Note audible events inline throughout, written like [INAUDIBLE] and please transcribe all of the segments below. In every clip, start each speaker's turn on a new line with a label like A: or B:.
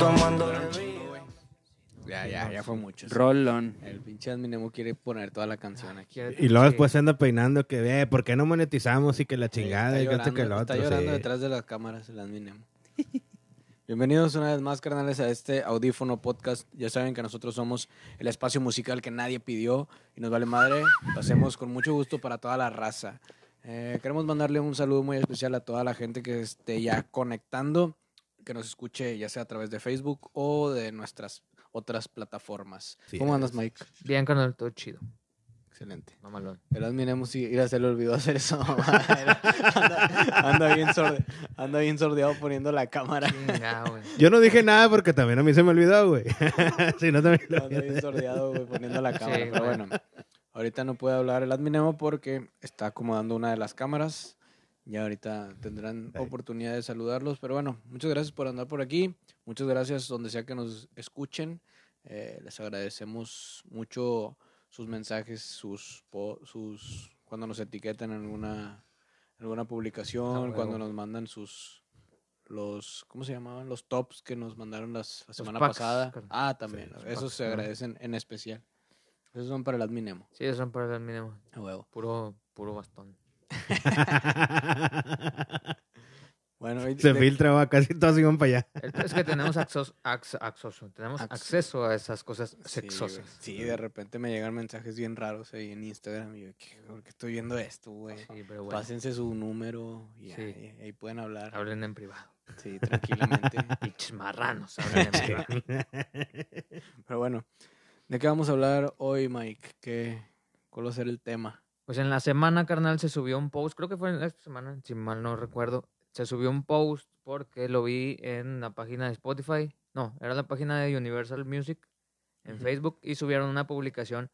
A: Tomando
B: Ya, ya, ya fue mucho.
C: Rolón.
B: El pinche Adminemo quiere poner toda la canción aquí.
D: Y luego después se anda peinando que, ve, ¿por qué no monetizamos y que la chingada
B: Está
D: y que esto que lo
B: llorando,
D: otro?
B: Está llorando
D: sí.
B: detrás de las cámaras el Adminemo. Bienvenidos una vez más, carnales, a este audífono podcast. Ya saben que nosotros somos el espacio musical que nadie pidió y nos vale madre. Lo hacemos con mucho gusto para toda la raza. Eh, queremos mandarle un saludo muy especial a toda la gente que esté ya conectando, que nos escuche ya sea a través de Facebook o de nuestras otras plataformas.
D: Sí,
B: ¿Cómo
D: es.
B: andas, Mike?
E: Bien, carnal, todo chido.
B: Excelente.
E: Mamalón.
B: El admiremos y ir a se le olvidó hacer eso. [LAUGHS] mamá. anda, anda bien sorde- anda bien sordeado poniendo la cámara.
E: Chingado, güey.
D: Yo no dije nada porque también a mí se me olvidó, güey. [LAUGHS] si no,
B: [LAUGHS]
D: también lo
B: Anda bien sordeado, güey, poniendo la cámara.
E: Sí,
B: Pero
E: güey.
B: bueno, ahorita no puede hablar el admiremo porque está acomodando una de las cámaras. Ya ahorita tendrán
D: Ahí.
B: oportunidad de saludarlos. Pero bueno, muchas gracias por andar por aquí. Muchas gracias donde sea que nos escuchen. Eh, les agradecemos mucho sus mensajes, sus, po- sus cuando nos etiquetan en alguna, alguna
E: Ah,
B: publicación,
E: huevo.
B: cuando nos mandan sus los ¿cómo se llamaban? los tops que nos mandaron las, la semana
E: packs,
B: pasada.
E: carnal.
B: Ah, también.
D: los
B: esos
D: packs,
B: se
E: ajá.
B: agradecen en especial. Esos son para el adminemo.
E: Sí, son para el mínimo.
B: A huevo.
E: Puro, puro bastón.
B: Bueno, y
D: [LAUGHS] Se
B: de-
D: filtraba, casi todos iban para allá.
E: El pedo es que tenemos acceso, ax- acceso, tenemos
B: Acceso.
E: acceso a esas cosas
B: Sí, güey.
E: sexosas.
B: Sí, de repente me llegan mensajes bien raros ahí en Instagram y yo, ¿qué, ¿por qué estoy viendo esto, güey?
E: Sí, pero bueno,
B: Pásense su número y
E: Sí.
B: ahí, ahí pueden hablar.
E: hablen
B: [LAUGHS]
E: en privado.
B: Sí, tranquilamente.
E: Pichos marranos, hablen en privado.
B: Pero bueno, ¿de qué vamos a hablar hoy, Mike? ¿Qué, ¿Cuál va a ser el tema?
E: Pues en la semana, carnal, se subió un post, creo que fue en esta semana, si mal no recuerdo, se subió un post porque lo vi en la página de Spotify, no, era la página de Universal Music en
B: Ujú.
E: Facebook y subieron una publicación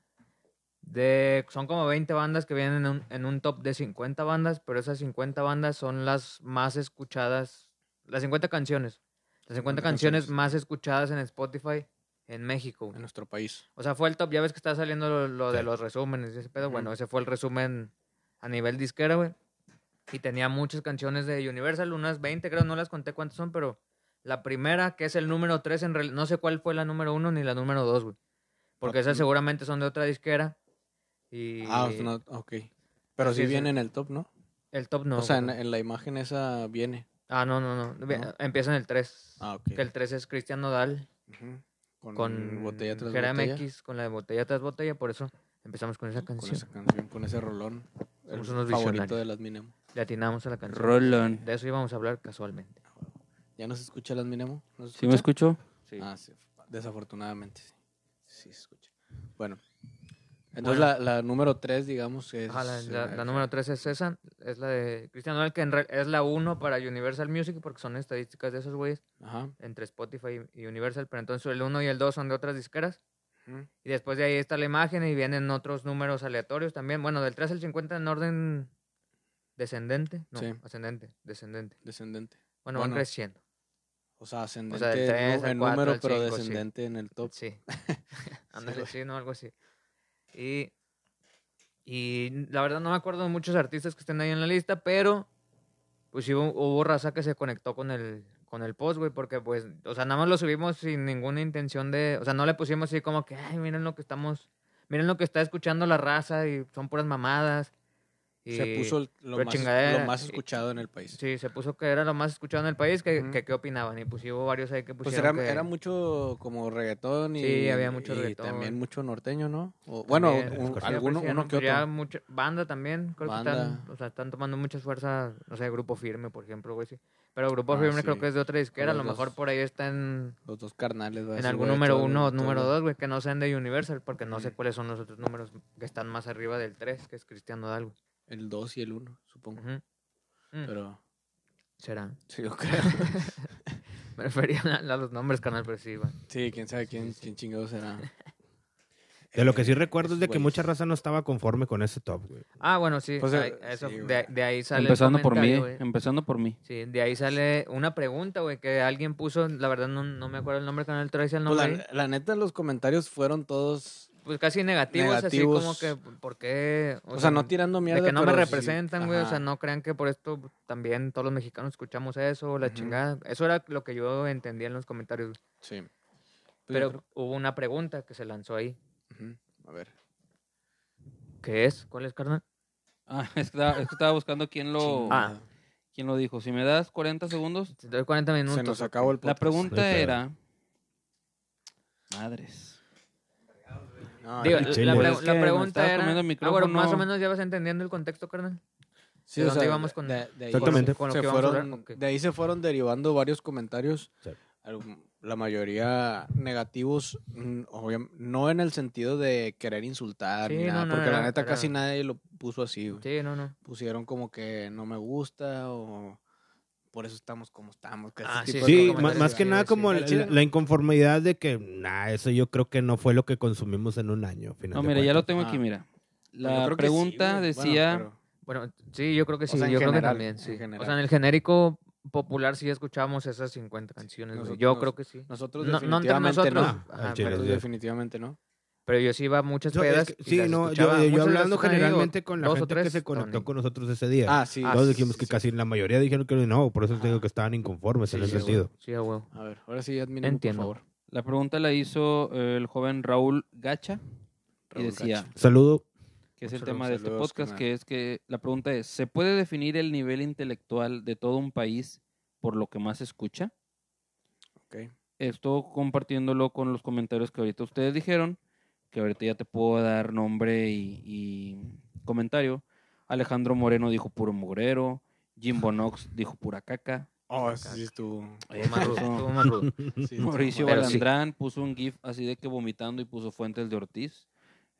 E: de, son como 20 bandas que vienen en un, en un top de 50 bandas, pero esas 50 bandas son las más escuchadas, las 50 canciones, las 50
B: 50
E: canciones
B: canciones.
E: más escuchadas en Spotify en México. güey.
B: En nuestro país.
E: O sea, fue el top. Ya ves que está saliendo lo, lo de
D: Sí.
E: los resúmenes y ese pedo.
B: Ujú.
E: Bueno, ese fue el resumen a nivel disquera, güey. Y tenía muchas canciones de Universal, unas 20, creo, no las conté cuántas son, pero la primera, que es el número 3, en real- no sé cuál fue la número 1 ni la número 2, güey. Porque
B: Ah,
E: esas
B: mm.
E: seguramente son de otra disquera. Y
B: Ah, no, ok. Pero
E: Así
B: sí
E: es,
B: viene
E: eh.
B: en el top, ¿no?
E: el top no.
B: o sea, en,
E: güey.
B: en la imagen esa viene.
E: Ah, no, no, no. Ve-
B: ¿No?
E: Empieza en el 3.
B: Ah, ok.
E: Que el 3 es Cristian Nodal
B: Ujú. Con,
E: con
B: botella tras
E: Jera
B: botella.
E: MX, con la de botella tras botella. Por eso empezamos con esa
B: Con
E: canción.
B: esa canción, con ese rolón. El
E: Somos Pues unos
B: favorito
E: visionarios.
B: de las Minemo.
E: Le atinamos a la canción.
C: Rolón.
E: De eso íbamos a hablar casualmente.
B: ¿Ya nos escucha las Minemo? ¿Nos
C: ¿Sí me
B: escucha?
C: escucho?
E: Sí.
B: Ah, sí. Desafortunadamente, sí. Sí, se escucha. Bueno.
E: Bueno.
B: Entonces la, la número 3, digamos, es...
E: Ajá, la, la-
B: eh,
E: la número 3 es esa, es la de Cristian Nodal, que en real- es la 1 para Universal Music, porque son estadísticas de esos güeyes,
B: Ajá.
E: entre Spotify y Universal, pero entonces el 1 y el 2 son de otras disqueras.
B: Ujú.
E: Y después de ahí está la imagen y vienen otros números aleatorios también. Bueno, del 3 al 50 en orden descendente, no,
B: Sí.
E: ascendente, descendente.
B: Descendente.
E: Bueno, van
B: Bueno,
E: creciendo.
B: O sea, ascendente
E: del
B: en
E: tres
B: nu-
E: al
B: en
E: cuatro
B: número,
E: al
B: pero
E: cinco, sí.
B: descendente en el top. [LAUGHS]
E: Sí. Ándale,
B: güey.
E: sí, ¿no? Algo así. Y, y la verdad no me acuerdo de muchos artistas que estén ahí en la lista, pero pues sí hubo, hubo raza que se conectó con el, con el post, güey, porque pues, o sea, nada más lo subimos sin ninguna intención de, o sea, no le pusimos así como que, ay, miren lo que estamos, miren lo que está escuchando la raza y son puras mamadas. Y,
B: Se puso el- lo,
E: pura
B: más,
E: chingadera.
B: lo más
E: Y-
B: escuchado en el país.
E: Sí, se puso que era lo más escuchado en el país, que,
B: Ujú.
E: que qué opinaban, y pues sí hubo varios ahí que
B: Pues
E: pusieron
B: era,
E: que-
B: era mucho como reggaetón y,
E: Sí, había mucho
B: y
E: reggaetón.
B: también mucho norteño, ¿no? O- bueno,
E: También,
B: un-
E: sí,
B: alguno,
E: aparecían,
B: uno que
E: pues, ya
B: otro.
E: mucha- banda también, creo que están,
B: Banda.
E: o sea, están tomando mucha fuerza, no sé, Grupo Firme, por ejemplo, güey, sí. Pero Grupo
B: Ah,
E: Firme creo
B: sí.
E: que es de otra disquera, a
B: los
E: lo mejor
B: dos.
E: por ahí está en,
B: Los dos carnales. va a
E: en
B: decir,
E: algún
B: güey,
E: número
B: todo-
E: uno o
B: todo-
E: número dos, güey, que no sean de Universal, porque no sé
B: Ujú.
E: cuáles son los otros números que están más arriba del 3, que es Cristiano Dalgo.
B: El dos y el uno, supongo.
D: [LAUGHS]
B: Pero,
E: Será. [LAUGHS]
B: sí, yo creo.
E: Me refería a, a los nombres, canal, pero sí, güey.
B: [LAUGHS] sí, quién sabe quién, quién chingado será.
D: De lo que sí
B: Eh,
D: recuerdo es de que
B: güeyes.
D: mucha raza no estaba conforme con ese top, güey.
E: Ah, bueno, sí,
B: Pues,
E: ahí-
B: eh,
E: eso,
B: sí,
E: de,
B: güey.
E: de ahí sale el
C: Empezando por mí,
E: comentario,
C: eh,
E: güey.
C: empezando por mí.
E: Sí, de ahí sale una pregunta, güey, que alguien puso, la verdad no, no me acuerdo el nombre, canal, traes el
B: Pues
E: nombre.
B: la,
E: ahí?
B: la neta, los comentarios fueron todos
E: pues casi negativos,
B: Negativos.
E: así como que, ¿por qué?
B: O, sea, no tirando mierda.
E: De que no me
B: pero sí-
E: representan, güey. O sea,
B: ajá.
E: no crean que por esto también todos los mexicanos escuchamos eso, la
B: Ujú.
E: chingada. Eso era lo que yo entendía en los comentarios. güey.
B: Sí. Pues yo
E: Pero
B: creo-
E: hubo una pregunta que se lanzó ahí.
B: Ujú. A ver.
E: ¿Qué es? ¿Cuál es, carnal?
A: Ah, [LAUGHS] es, que estaba, es que estaba buscando quién lo,
E: Ah.
A: quién lo dijo. Si me das 40 segundos.
E: Te doy 40 minutos.
B: Se nos
E: ok.
B: acabó el podcast.
A: La pregunta
D: Ahorita.
A: era... Madres.
B: No,
E: Digo,
B: no.
E: la,
D: chile.
E: la pre-
D: Es
A: que
E: la
A: me estaba
E: pregunta era...
A: comiendo el
E: Ah, bueno, más o
A: micrófono.
E: menos ya vas entendiendo el contexto, carnal.
B: Sí,
E: ¿de
B: o
E: dónde
B: sea,
E: íbamos con-
B: de ahí-
D: Exactamente.
E: Con lo
B: se
E: que íbamos a
B: fueron,
E: hablar, ok.
B: De ahí se fueron derivando varios comentarios,
D: Sí.
B: algún- la mayoría negativos, mm, obviam- no en el sentido de querer insultar
E: Sí,
B: ni nada,
E: no, no,
B: porque la
E: era-
B: neta casi
E: era-
B: nadie lo puso así. güey.
E: Sí, no, no.
B: Pusieron como que no me gusta o por eso estamos como estamos. que ese
E: Ah,
B: tipo
E: sí,
B: de
E: sí,
D: Sí,
E: como
D: ma-
B: comentarios.
E: que
D: más que
E: sí,
D: nada
E: sí.
D: como
B: Al
D: la,
B: chile-
D: la inconformidad de que, nah, eso yo creo que no fue lo que consumimos en un año.
A: No, mira, ya lo tengo aquí,
B: Ah.
A: mira.
B: Pues yo
A: La
B: creo que sí,
A: pregunta
B: güey. Bueno,
A: decía...
B: pero-
E: Bueno, sí, yo creo que sí.
B: sea, en
E: yo creo que
B: general,
E: también,
B: en
E: sí. o
B: general.
E: sea, en el generico popular sí escuchábamos esas 50 canciones. güey.
B: nosotros-
E: yo
B: nos-
E: creo que sí.
B: Nosotros
E: No- no entre
B: definitivamente no.
E: nosotros.
D: Ah,
E: Ajá,
D: al chile,
B: Nosotros
D: sí.
B: definitivamente no.
E: Pero yo sí iba a muchas
D: No, es
E: pedas.
D: que-
E: y
D: sí,
E: las
D: no,
E: escuchaba.
D: yo, yo
E: Muchas las
D: hablando
E: escuchaba y digo,
D: generalmente con la
E: dos o
D: gente que
E: tres,
D: se conectó
E: Tony.
D: con nosotros ese día.
B: Ah, sí.
E: Ah,
D: Todos dijimos que
B: sí.
D: casi la mayoría dijeron que no, por eso te digo
B: Ajá.
D: que estaban conformes
E: Sí,
D: en ese
E: sí,
D: sentido.
E: güey. Sí, a huevo.
B: A ver, ahora sí, admínimo, por
E: Entiendo.
B: favor.
A: La pregunta la hizo eh, el joven Raúl Gacha
B: Raúl
A: y decía,
B: Cacho.
D: Saludo.
A: que es
B: Un
A: el
B: saludo,
A: tema de este
B: saludos,
A: podcast,
B: carnal.
A: que es que la pregunta es, ¿se puede definir el nivel intelectual de todo un país por lo que más escucha?
B: Ok.
A: Esto compartiéndolo con los comentarios que ahorita ustedes dijeron, que ahorita ya te puedo dar nombre y, y comentario. Alejandro Moreno dijo puro mugrero, Jimbo Knox dijo pura caca,
B: Oh, sí, sí estuvo.
E: Estuvo más rudo,
A: eso.
E: estuvo más rudo.
B: sí estuvo
A: Mauricio
B: mal.
E: Pero sí.
A: Balandrán puso un GIF así de que vomitando y puso Fuentes de Ortiz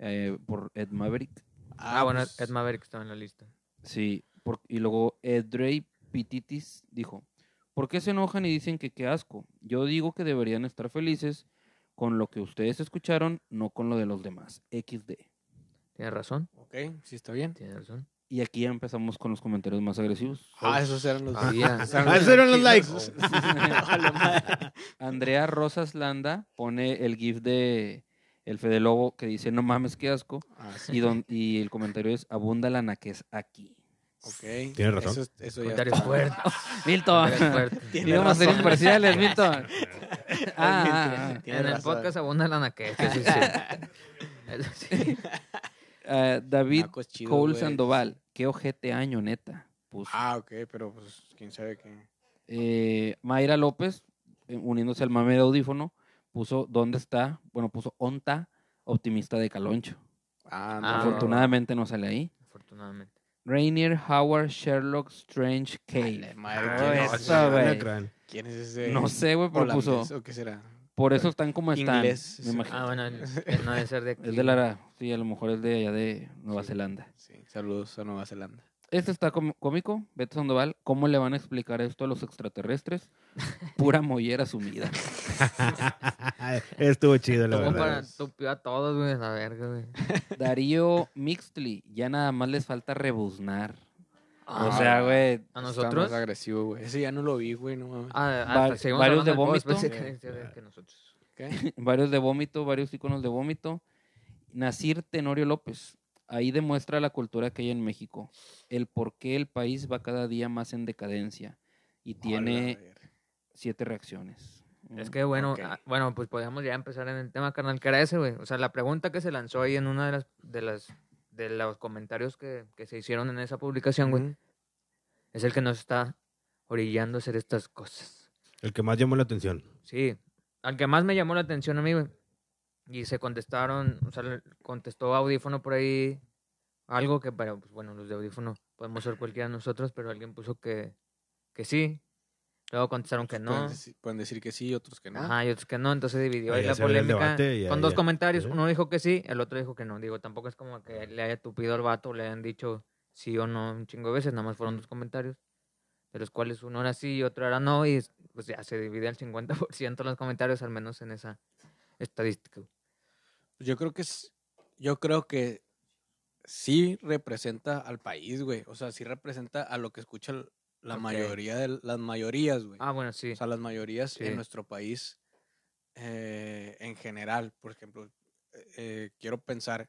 A: eh, por Ed Maverick.
E: Ah, bueno,
B: pues,
E: Ed Maverick estaba en la lista.
A: Sí, por- y luego Edrey Pititis dijo, ¿por qué se enojan y dicen que qué asco? Yo digo que deberían estar felices con lo que ustedes escucharon, no con lo de los demás. XD.
E: Tienes razón,
B: pues, Ok, sí está bien.
E: tienes razón.
A: Y aquí ya empezamos con los comentarios más agresivos.
B: [LAUGHS]
A: [LAUGHS]
B: Ah, [LAUGHS] esos eran los.
E: Había.
D: Ah, esos eran los likes.
A: Andrea Rosas Landa pone el GIF de el Fede Lobo que dice, no mames, qué asco.
B: Ah, sí.
A: Y, don- y el comentario es, abunda la naquez aquí.
B: Ok.
D: Tienes razón.
B: Eso, es- eso ya
E: Comentarios
B: está.
E: fuertes.
A: Milton,
E: comentarios
A: [LAUGHS]
E: fuertes.
B: Tiene
A: íbamos a ser [LAUGHS]
B: razón.
A: imparciales,
D: [LAUGHS]
A: Milton. Ah, ah, ah.
B: Tiene
E: En el
B: razón.
E: podcast abunda la naqueja. Sí, sí. Sí.
A: Ah, David
B: Naco es chido,
A: Cole
B: güey.
A: Sandoval, qué ojete año, neta. puso.
B: Ah, ok, pero pues quién sabe qué.
A: Eh, Mayra López, eh, uniéndose al mame de audífono, puso ¿Dónde está? Bueno, puso Onta, optimista de Caloncho.
B: Ah, no. no,
E: Ah,
B: no.
A: Afortunadamente no sale ahí.
E: Afortunadamente.
A: Rainier Howard Sherlock Strange
B: Ay, la
A: Cave.
B: madre,
A: Ah,
B: ¿quién,
A: eso,
B: es ese?
A: güey.
D: No crean. [LAUGHS]
B: ¿Quién es ese?
A: No sé, güey, pero
B: holandés
A: puso.
B: ¿O qué será?
A: Por eso están como están.
B: Inglés,
A: me
B: sí.
A: imagino.
E: Ah, [LAUGHS] bueno, él no debe ser de aquí.
A: Es de la. Sí, a lo mejor es de allá de Nueva
B: Sí.
A: Zelanda.
B: Sí, saludos a Nueva Zelanda.
A: Este está com- cómico, Beto Sandoval. ¿Cómo le van a explicar esto a los
B: [LAUGHS]
A: extraterrestres? Pura mollera sumida.
D: Estuvo chido, la
E: Tuvo para
D: verdad.
E: tupió a todos, güey, a la verga, güey.
A: Darío Mixtli, ya nada más les falta rebuznar.
B: Ah,
A: o sea, güey.
E: ¿A
B: Está
E: nosotros?
B: más agresivo, güey. Ese ya no lo vi, güey, no mames.
E: Ah, ah,
A: va-
E: pues, seguimos
A: varios
E: hablando
A: de
E: del post,
A: vómito.
E: pensé que decía de- que nosotros.
B: ¿Qué?
A: Varios de vómito, varios iconos de vómito. Nacir Tenorio López. Ahí demuestra la cultura que hay en México. El por qué el país va cada día más en decadencia. Y [LAUGHS] tiene
B: Hola, a ver.
A: siete reacciones.
E: Es
A: Mm.
E: que bueno,
B: ok.
E: ah, bueno, pues podíamos ya empezar en el tema, carnal, que era ese, güey. O sea, la pregunta que se lanzó ahí en una de las, de las, de los comentarios que, que se hicieron en esa publicación, güey,
B: Ujú.
E: es el que nos está orillando a hacer estas cosas.
D: El que más llamó la atención.
E: Sí, al que más me llamó la atención a mí, güey. Y se contestaron, o sea, le- contestó audífono por ahí algo que, pero, pues bueno, los de audífono podemos ser cualquiera de nosotros, pero alguien puso que, que sí. Luego contestaron que
B: Pueden
E: no.
B: deci- Pueden decir que sí y otros que no.
E: Ajá, y otros que no, entonces dividió
D: Ah,
E: ahí
D: ya
E: la
D: se abrió el
E: polémica
D: debate, ya,
E: con dos
D: ya.
E: comentarios.
D: Sí.
E: Uno dijo que sí, el otro dijo que no. Digo, tampoco es como que le haya tupido al vato, le hayan dicho sí o no un chingo de veces, nada más fueron dos comentarios, de los cuales uno era sí y otro era no, y es- pues ya se divide el 50% los comentarios, al menos en esa estadística.
B: Yo creo que es- yo creo que sí representa al país, güey. O sea, sí representa a lo que escucha l- la
E: Ok.
B: mayoría de las mayorías, güey.
E: Ah, bueno, sí.
B: O sea, las mayorías
E: Sí.
B: en nuestro país eh, en general. Por ejemplo, eh, quiero pensar,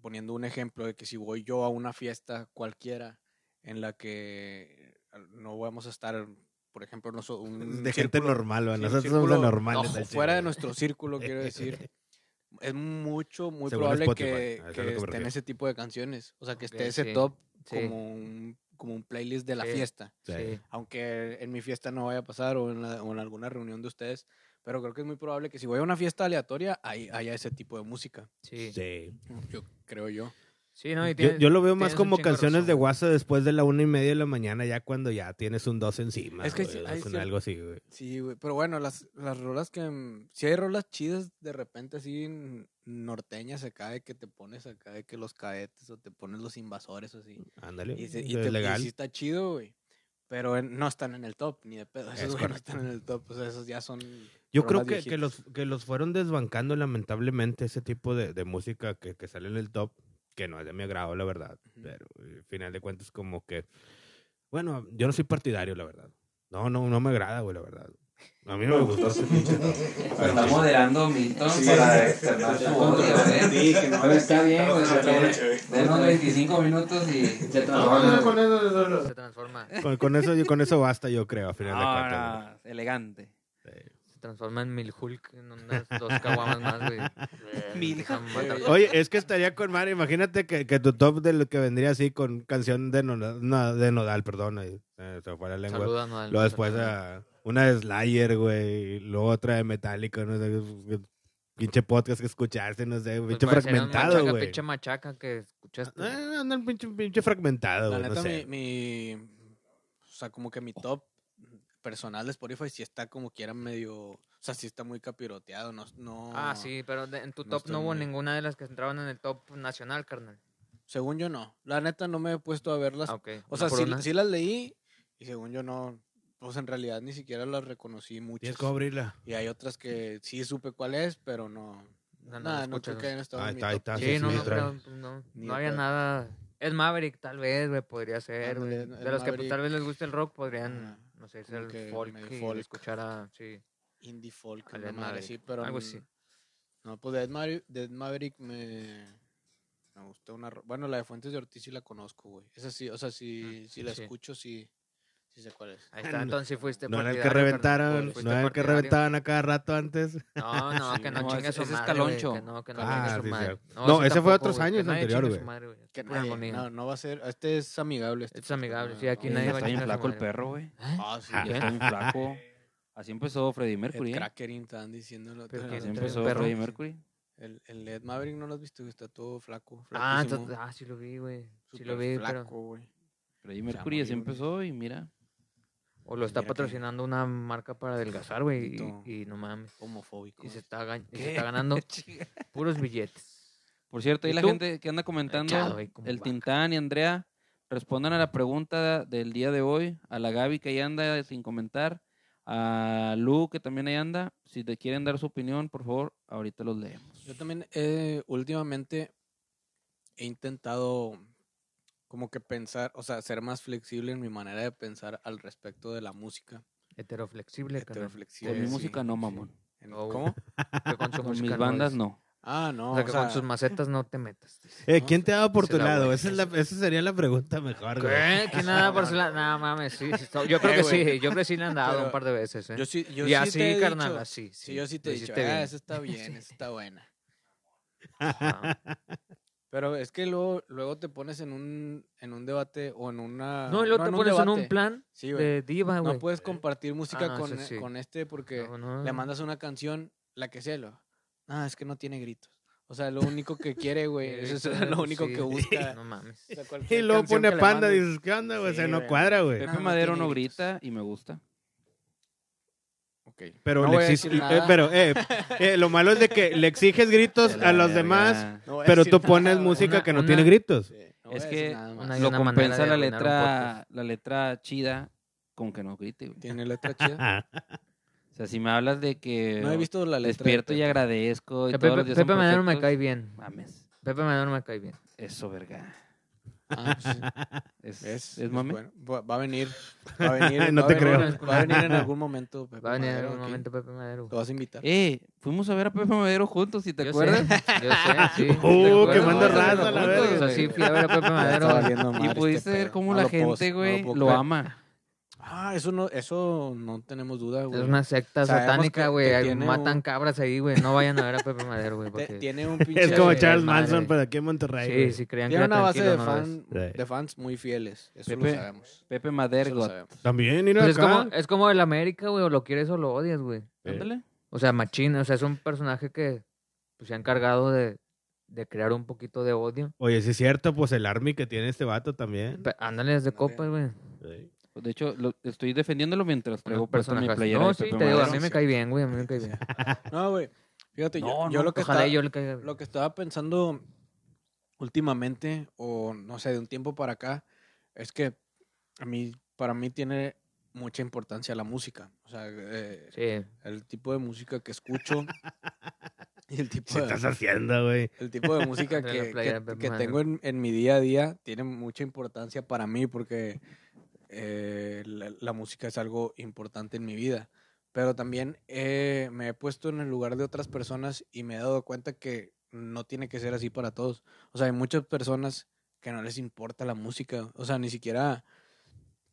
B: poniendo un ejemplo de que si voy yo a una fiesta cualquiera en la que no vamos a estar, por ejemplo, no so- un
D: De gente
B: círculo-
D: normal, güey.
B: sí, un
D: Nosotros somos
B: círculo-
D: de normales.
B: no, fuera de
D: al chile, güey.
B: nuestro círculo,
D: [LAUGHS]
B: quiero decir. Es mucho, muy
D: Según
B: probable
D: Spotify,
B: que,
D: a eso es
B: que
D: a lo que me
B: esté en
D: refiero.
B: ese tipo de canciones. O sea, que esté
E: Ok,
B: ese
E: sí,
B: top
E: sí.
B: como, un, como un playlist de la
E: Sí.
B: fiesta.
D: Sí.
E: Sí.
B: Aunque en mi fiesta no vaya a pasar o en, la- o en alguna reunión de ustedes. Pero creo que es muy probable que si voy a una fiesta aleatoria, ahí haya ese tipo de música.
E: Sí.
D: Sí.
B: Yo creo yo.
E: Sí, no, y
D: Yo,
E: tienes-
D: yo lo veo más
E: tienes un
D: como
E: chingo de
D: canciones de
E: razón.
D: guasa después de la una y media de la mañana, ya cuando ya tienes un dos encima.
B: Es que
D: güey,
B: sí,
D: o
B: hay
D: sea,
B: cier-
D: algo así, güey.
B: Sí, güey. Pero bueno, las, las rolas que. Si hay rolas chidas de repente así n- norteñas acá de que te pones acá de que los cadetes o te pones los invasores o así.
D: Ándale.
B: Y, se- y
D: es
B: te- y
D: legal.
B: sí está chido, güey. Pero en- no están en el top, ni de pedo. Esos
D: Es
B: güey, no
D: correcto.
B: están en el top. O sea, esos ya son.
D: Yo creo
B: rolas
D: que, que
B: viejitas.
D: los, que los fueron desbancando lamentablemente ese tipo de, de música que, que sale en el top, que no es de mi agrado, la verdad.
B: Ujú.
D: Pero eh, al final de cuentas como que... Bueno, yo no soy partidario, la verdad. No, no, no me agrada, güey, la verdad. A mí no me gustó ese pinche top.
A: Está moderando Milton
B: Sí,
A: para
B: sí.
A: externar su
B: Sí,
A: odio, ¿eh?
B: sí, que no.
A: Pero está bien, güey. o sea, Denos 25 minutos y se transforma.
E: Se transforma,
D: Con, con eso, yo- con eso basta, yo creo, al final de cuentas.
A: Ah, elegante.
D: güey. Sí.
E: se transforma en Milhulk en unas dos caguamas más, güey. Milhulk.
D: Oye, es que estaría con Mario. Imagínate que, que tu top de lo que vendría así con canción de Nodal, no, de Nodal perdón, ahí, eh, se me fue la lengua.
E: Saludan al
D: Luego después a una de Slayer, güey. y Luego otra de Metallica, no sé. pues, Pinche podcast que escuchaste, no sé.
E: Pues
D: Pinche
E: parecieron
D: fragmentado,
E: machaca,
D: güey.
E: Pinche machaca
B: Ah,
E: que escuchaste.
D: Eh, Anda el pinche, pinche fragmentado,
B: La
D: güey.
B: neta,
D: No
B: mi,
D: sé.
B: mi- O sea, como que mi top personal de Spotify sí está como quiera medio. O sea, sí está muy capiroteado. No, no,
E: Ah, sí, pero de- en tu
B: No
E: top
B: estoy
E: no hubo
B: muy-
E: ninguna de las que entraban en el top nacional, carnal.
B: Según yo, no. La neta, no me he puesto a verlas.
E: Ah, ok.
B: o
E: Una
B: sea,
E: por
B: sí,
E: una.
B: sí las leí y según yo, no. Pues en realidad ni siquiera las reconocí muchas.
D: Tienes que abrirla.
B: Y hay otras que sí supe cuál es, pero no.
E: No, no,
B: Nada, no,
E: no
B: creo
E: escuchas.
B: que hayan estado
D: Ahí
B: en mi
D: está, ahí
B: top.
D: está, Ah,
E: sí,
D: sí,
E: no,
D: sí,
E: no,
D: trae.
E: creo, pues, no,
B: Ni
E: no
B: de
E: había
B: pedo.
E: nada. Es Maverick, tal vez, güey, podría ser, güey.
B: Ándale,
E: De
B: el
E: los que pues, tal
B: Maverick.
E: vez les guste el rock,
B: Ajá.
E: podrían, no sé, irse
B: Como
E: al
B: que
E: folk
B: medio
E: y
B: folk.
E: escuchar a, sí,
B: Indie folk, la
E: a Led
B: madre,
E: Maverick.
B: sí, pero.
E: Algo
B: n-
E: así.
B: No, pues Dead Maverick, Dead Maverick me. Me gustó una. ro- Bueno, la de Fuentes de Ortiz sí la conozco, güey. Esa sí, o sea, si, si la
E: Mm, sí.
B: escucho, sí. Sí sé cuál es.
E: Ahí está,
D: Ah, No-
E: entonces sí fuiste
D: No era el que
E: partidario, carnal,
D: reventaron,
E: fuiste
D: no era el que
E: partidario.
D: reventaban a cada rato antes.
E: No, no,
B: Sí,
E: que no,
A: no,
E: chingue
A: ese- ese
E: su
A: es
E: madre, güey,
A: Caloncho.
E: que no, que no
D: Ah,
E: chingue su
D: sí,
E: madre.
D: cierto. No,
E: sí,
D: ese fue
E: tampoco,
D: otros
E: güey, que
D: años
E: nadie chingue
D: anterior,
E: su
D: güey.
E: madre, güey.
B: Que
E: Pura
B: nadie-
E: agonía.
B: no, no va a ser. Este es amigable. Este
E: Es
B: podcast,
E: amigable,
B: no-
E: sí, aquí
B: no-
E: nadie va a
A: Está bien
E: chingar a su
A: flaco el
E: madre.
A: perro, güey.
E: ¿Eh?
B: Ah, sí.
A: Ya
E: ¿Qué?
A: Está bien flaco. Así empezó Freddie Mercury,
B: El
A: ¿eh?
B: Crackerin están diciéndolo.
E: Pero
B: todo
E: que
B: el
A: Así
E: Está
B: otro
E: bien
A: empezó
B: día.
E: perro.
A: Freddie Mercury.
B: El, el Ed Maverick no lo has visto, está todo flaco.
E: Ah,
B: flaquísimo,
E: entonces- ah, sí lo vi, güey. Sí lo
B: súper
E: vi,
B: flaco,
E: pero.
B: güey.
A: Freddie
B: sea,
A: Mercury así
B: murió, güey.
A: empezó y mira.
E: O lo está
B: Mira que-
E: patrocinando una marca para adelgazar, güey.
B: Tantito.
E: Y, y no mames.
B: Homofóbico.
E: Y se
B: güey.
E: está, gan- y se está ganando
A: [LAUGHS]
E: puros billetes.
A: Por cierto, ahí
E: ¿Y
A: la
E: tú?
A: gente que anda comentando,
E: Echado ahí como
A: el
E: vaca.
A: Tintán y Andrea, respondan a la pregunta del día de hoy, a la Gaby que ahí anda sin comentar, a Lu que también ahí anda, si te quieren dar su opinión, por favor, ahorita los leemos.
B: Yo también eh, últimamente he intentado como que pensar, o sea, ser más flexible en mi manera de pensar al respecto de la música.
E: Heteroflexible, carnal.
B: Heteroflexible,
A: Con mi
B: sí,
A: música no,
B: sí.
A: mamón.
B: En-
E: Oh, güey.
B: ¿Cómo?
E: Que con su
A: Con
E: música
A: mis bandas
E: es.
A: no.
B: Ah, no.
E: o sea,
B: o
E: que
B: sea,
E: con sus macetas no te metas.
D: Eh,
B: No,
D: ¿Quién te daba por
E: se
D: tu
E: la
D: lado?
E: voy.
D: Esa, es la- esa sería la pregunta mejor, güey.
E: ¿Qué?
B: [LAUGHS]
E: ¿Que nada por su lado? No mames, sí. sí, so- Yo creo
B: Eh,
E: que
B: güey.
E: sí. Yo creo que sí le han dado
B: Pero
E: un par de veces, ¿eh?
B: yo sí, yo
E: y
B: sí
E: así,
B: te he
E: carnal,
B: dicho-
E: así.
B: sí, yo sí te
E: lo
B: he dicho,
E: hiciste
B: ah,
E: bien.
B: esa
E: [LAUGHS]
B: está bien, esa está buena.
E: Ajá.
B: Pero es que luego, luego te pones en un, en un debate o en una...
E: No, y luego te
B: un
E: pones en un
B: debate.
E: plan
B: Sí, güey.
E: de diva, güey.
B: No puedes compartir música
E: Ah,
B: con,
E: eso sí.
B: con este porque
E: No, no.
B: le mandas una canción, la que sea, lo, ah, es que no tiene gritos. O sea, lo único que quiere, güey,
E: [LAUGHS] Eh,
B: eso es
E: eso-
B: lo único [LAUGHS]
E: sí,
B: que busca.
E: [LAUGHS] No mames.
B: O sea, cualquier
D: [LAUGHS] Y luego
B: canción
D: pone
B: que le
D: panda y
B: mandes.
D: dices, ¿qué onda, güey? O
B: Sí,
D: sea, no
B: güey.
D: cuadra, güey.
A: Pepe
B: Nada más
A: Madero
B: tiene
A: no
B: gritos.
A: grita y me gusta.
B: Ok.
D: Pero,
B: No
D: le
B: voy a
D: exige-
B: decir
D: eh,
B: nada.
D: pero eh, eh, lo malo es de que le exiges
B: [LAUGHS]
D: gritos a los
A: Verga.
D: demás,
B: No voy a
D: pero
B: decir
D: tú pones
B: nada, güey.
D: música
E: Una-
D: que no
E: una-
D: tiene gritos.
B: Sí, no voy
A: Es
B: a decir
A: que
B: nada más.
E: una- Hay
A: lo
E: manera
A: compensa
E: de
A: la
E: arruinar un
A: letra,
E: podcast.
A: la letra chida con que no grite, güey.
B: [LAUGHS] ¿Tiene letra chida?
D: Ah,
A: O sea, si me hablas de que
B: No he visto la letra. de
A: despierto y
B: Pepe.
A: agradezco y
E: Que
A: todos
E: Pepe,
A: los días son
E: Pepe Madero me
A: perfectos,
E: cae bien.
A: Mames,
E: Pepe Madero me cae bien.
A: eso, verga.
B: Ah, pues sí.
A: Es,
B: ¿Ves?
A: es, mame.
B: Bueno, va va a venir. Va a venir.
D: [LAUGHS] No
B: va a
D: te
B: venir-
E: creo.
B: Va a venir en algún momento. Pepe
E: Va a venir en
B: Madero,
E: algún
B: aquí.
E: momento Pepe Madero.
B: Lo vas a invitar.
A: Eh, fuimos a ver a Pepe Madero juntos, si te
E: Yo sé, [LAUGHS]
A: acuerdas.
B: [LAUGHS]
E: yo sé, sí.
D: Uh,
E: ¿Te acuerdas?
D: que
E: No,
D: manda raza,
E: juntos,
D: la
E: O
D: verga.
E: sea, sí, fui a ver a Pepe
B: Ya [LAUGHS] está
E: Madero.
B: valiendo madre
A: Y
B: este
A: pudiste ver
B: pedo.
A: cómo
B: No
A: la
B: lo puedo-
A: gente,
B: no
A: güey,
B: puedo
A: lo,
B: creer.
A: ama.
B: Ah, eso no, eso no tenemos duda, güey.
E: Es una secta
B: Sabemos que-
E: satánica,
B: que
E: güey. ahí
B: tiene
E: Matan
B: un-
E: cabras ahí, güey. No vayan a ver a Pepe Madero, güey.
B: [LAUGHS] Te-
E: Porque...
B: Tiene un
D: Es
B: pinche.
D: como
E: Sí,
D: Charles
E: madre.
D: Manson, pero aquí en Monterrey.
E: Sí,
D: güey.
E: sí, crean que
B: Tiene
E: era
B: una base de,
E: tranquilo, no,
B: fan,
D: ves. Sí.
B: de fans muy fieles. Eso
A: Pepe-
B: lo sabemos.
A: Pepe
B: Eso lo
A: Madero.
B: sabemos.
D: También ir
E: Pues es,
D: acá.
E: como, es como el América, güey. O lo quieres o lo odias, güey.
D: Eh.
A: Ándale.
E: O sea, Machín, o sea, es un personaje que pues, se ha encargado de, de crear un poquito de odio.
D: Oye, sí es cierto, pues el army que tiene este vato también.
E: Pe- Ándale desde copas, güey.
D: Sí.
A: De hecho, lo- estoy defendiéndolo mientras traigo
E: Unos
A: puesta mi
E: personajes.
A: playera
E: No,
A: de
E: sí,
A: Pepe
E: te digo, a
A: Madero.
E: mí me cae bien, güey. A mí me cae bien.
B: No, güey. Fíjate, yo,
E: No,
B: yo
E: no,
B: lo que
E: ojalá
B: estaba,
E: yo le caiga bien.
B: lo que estaba pensando últimamente, o no sé, de un tiempo para acá, es que a mí, para mí tiene mucha importancia la música. O sea, eh,
E: Sí.
B: el tipo de música que [LAUGHS] escucho y el tipo
D: ¿Qué
B: de,
D: estás haciendo, güey?
B: el tipo de
E: [LAUGHS]
B: música
E: Ándale, la
B: que,
E: playera
B: que-
E: de Pepe
B: que
E: Madero.
B: tengo en, en mi día a día tiene mucha importancia para mí porque eh, la, la música es algo importante en mi vida. Pero también eh, me he puesto en el lugar de otras personas y me he dado cuenta que no tiene que ser así para todos. O sea, hay muchas personas que no les importa la música. O sea, ni siquiera,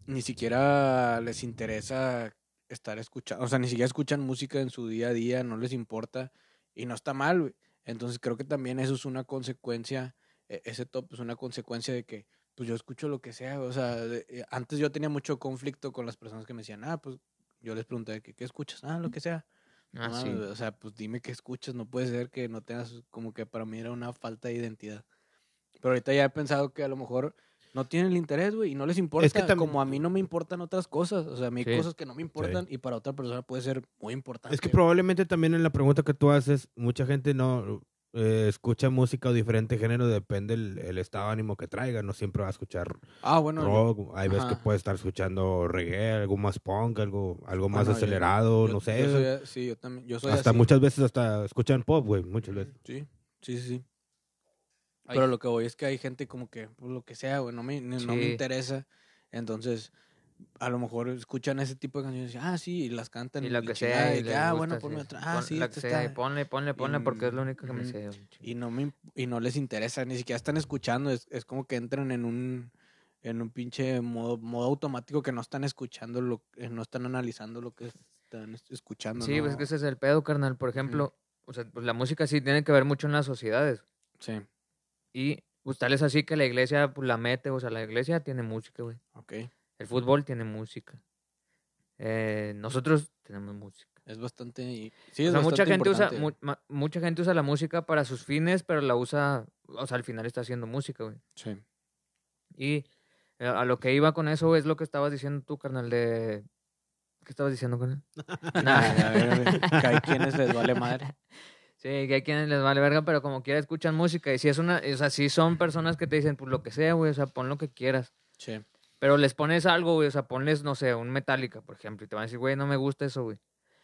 B: ni siquiera les interesa estar escuchando. O sea, ni siquiera escuchan música en su día a día, no les importa. Y no está mal, güey. Entonces creo que también eso es una consecuencia, e- ese top es una consecuencia de que pues yo escucho lo que sea, o sea, de- eh, antes yo tenía mucho conflicto con las personas que me decían, ah, pues yo les preguntaba, de que, ¿qué escuchas? Ah, lo que sea. No
E: Ah,
B: mames,
E: sí.
B: O sea, pues dime qué escuchas, no puede ser que no tengas, como que para mí era una falta de identidad. Pero ahorita ya he pensado que a lo mejor no tienen el interés, güey, y no les importa,
D: también-
B: como a mí no me importan otras cosas, o sea, a mí hay
E: Sí.
B: cosas que no me importan y para otra persona puede ser muy importante.
D: Es que probablemente también en la pregunta que tú haces, mucha gente no eh, escucha música o diferente género, depende el, el estado de ánimo que traiga. No siempre va a escuchar
B: ah, bueno,
D: rock. Hay veces que
B: Ajá.
D: puede estar escuchando reggae, algo más punk, algo, algo más
B: Ah, no, yo-
D: acelerado,
B: yo-
D: no sé.
B: yo soy a- sí, yo también, yo soy
D: hasta
B: así.
D: muchas veces hasta escuchan pop, güey, muchas veces.
B: Sí, sí, sí. sí.
A: Ay.
B: Pero lo que voy es que hay gente como que, pues lo que sea, güey, no me, ni- no me
E: Sí.
B: interesa. Entonces, a lo mejor escuchan ese tipo de canciones y, ah, sí, y las cantan.
E: Y lo que
B: chingada,
E: sea.
B: y
E: Y
B: que,
E: les
B: ah,
E: gusta,
B: bueno,
E: sí,
B: ponme
E: sí.
B: otra. Ah,
E: Pon-
B: sí,
E: la
B: esta
E: que sea, y
B: está.
E: ponle, ponle, ponle, porque es lo único que me
B: ujú.
E: sé. güey.
B: Y no, me, imp- y no les interesa, ni siquiera están escuchando. Es, es como que entran en un en un pinche modo, modo automático que no están escuchando, lo, eh, no están analizando lo que están es- escuchando.
E: Sí, pues es
B: ¿no?
E: que ese es el pedo, carnal. Por ejemplo, o sea, pues la música sí tiene que ver mucho en las sociedades.
B: Sí,
E: Y pues tal es así que la iglesia pues, la mete, o sea, la iglesia tiene música, güey.
B: ok.
E: El fútbol tiene música. Eh, nosotros tenemos música.
B: Es bastante... y- Sí,
E: O
B: es
E: sea, mucha
B: bastante
E: gente, usa,
B: importante.
E: mu- ma- mucha gente usa la música para sus fines, pero la usa, o sea, al final está haciendo música, güey.
B: Sí.
E: Y eh, a lo que iba con eso es lo que estabas diciendo tú, carnal, de... ¿Qué estabas diciendo, carnal? Nah.
B: A ver, a ver, que hay quienes les vale madre.
E: Sí, que hay quienes les vale verga, pero como quiera escuchan música. Y si es una, o sea, si son personas que te dicen, pues lo que sea, güey, o sea, pon lo que quieras.
B: Sí,
E: Pero les pones algo, güey, o sea, ponles, no sé, un Metallica, por ejemplo, y te van a decir, güey, no me gusta eso, güey.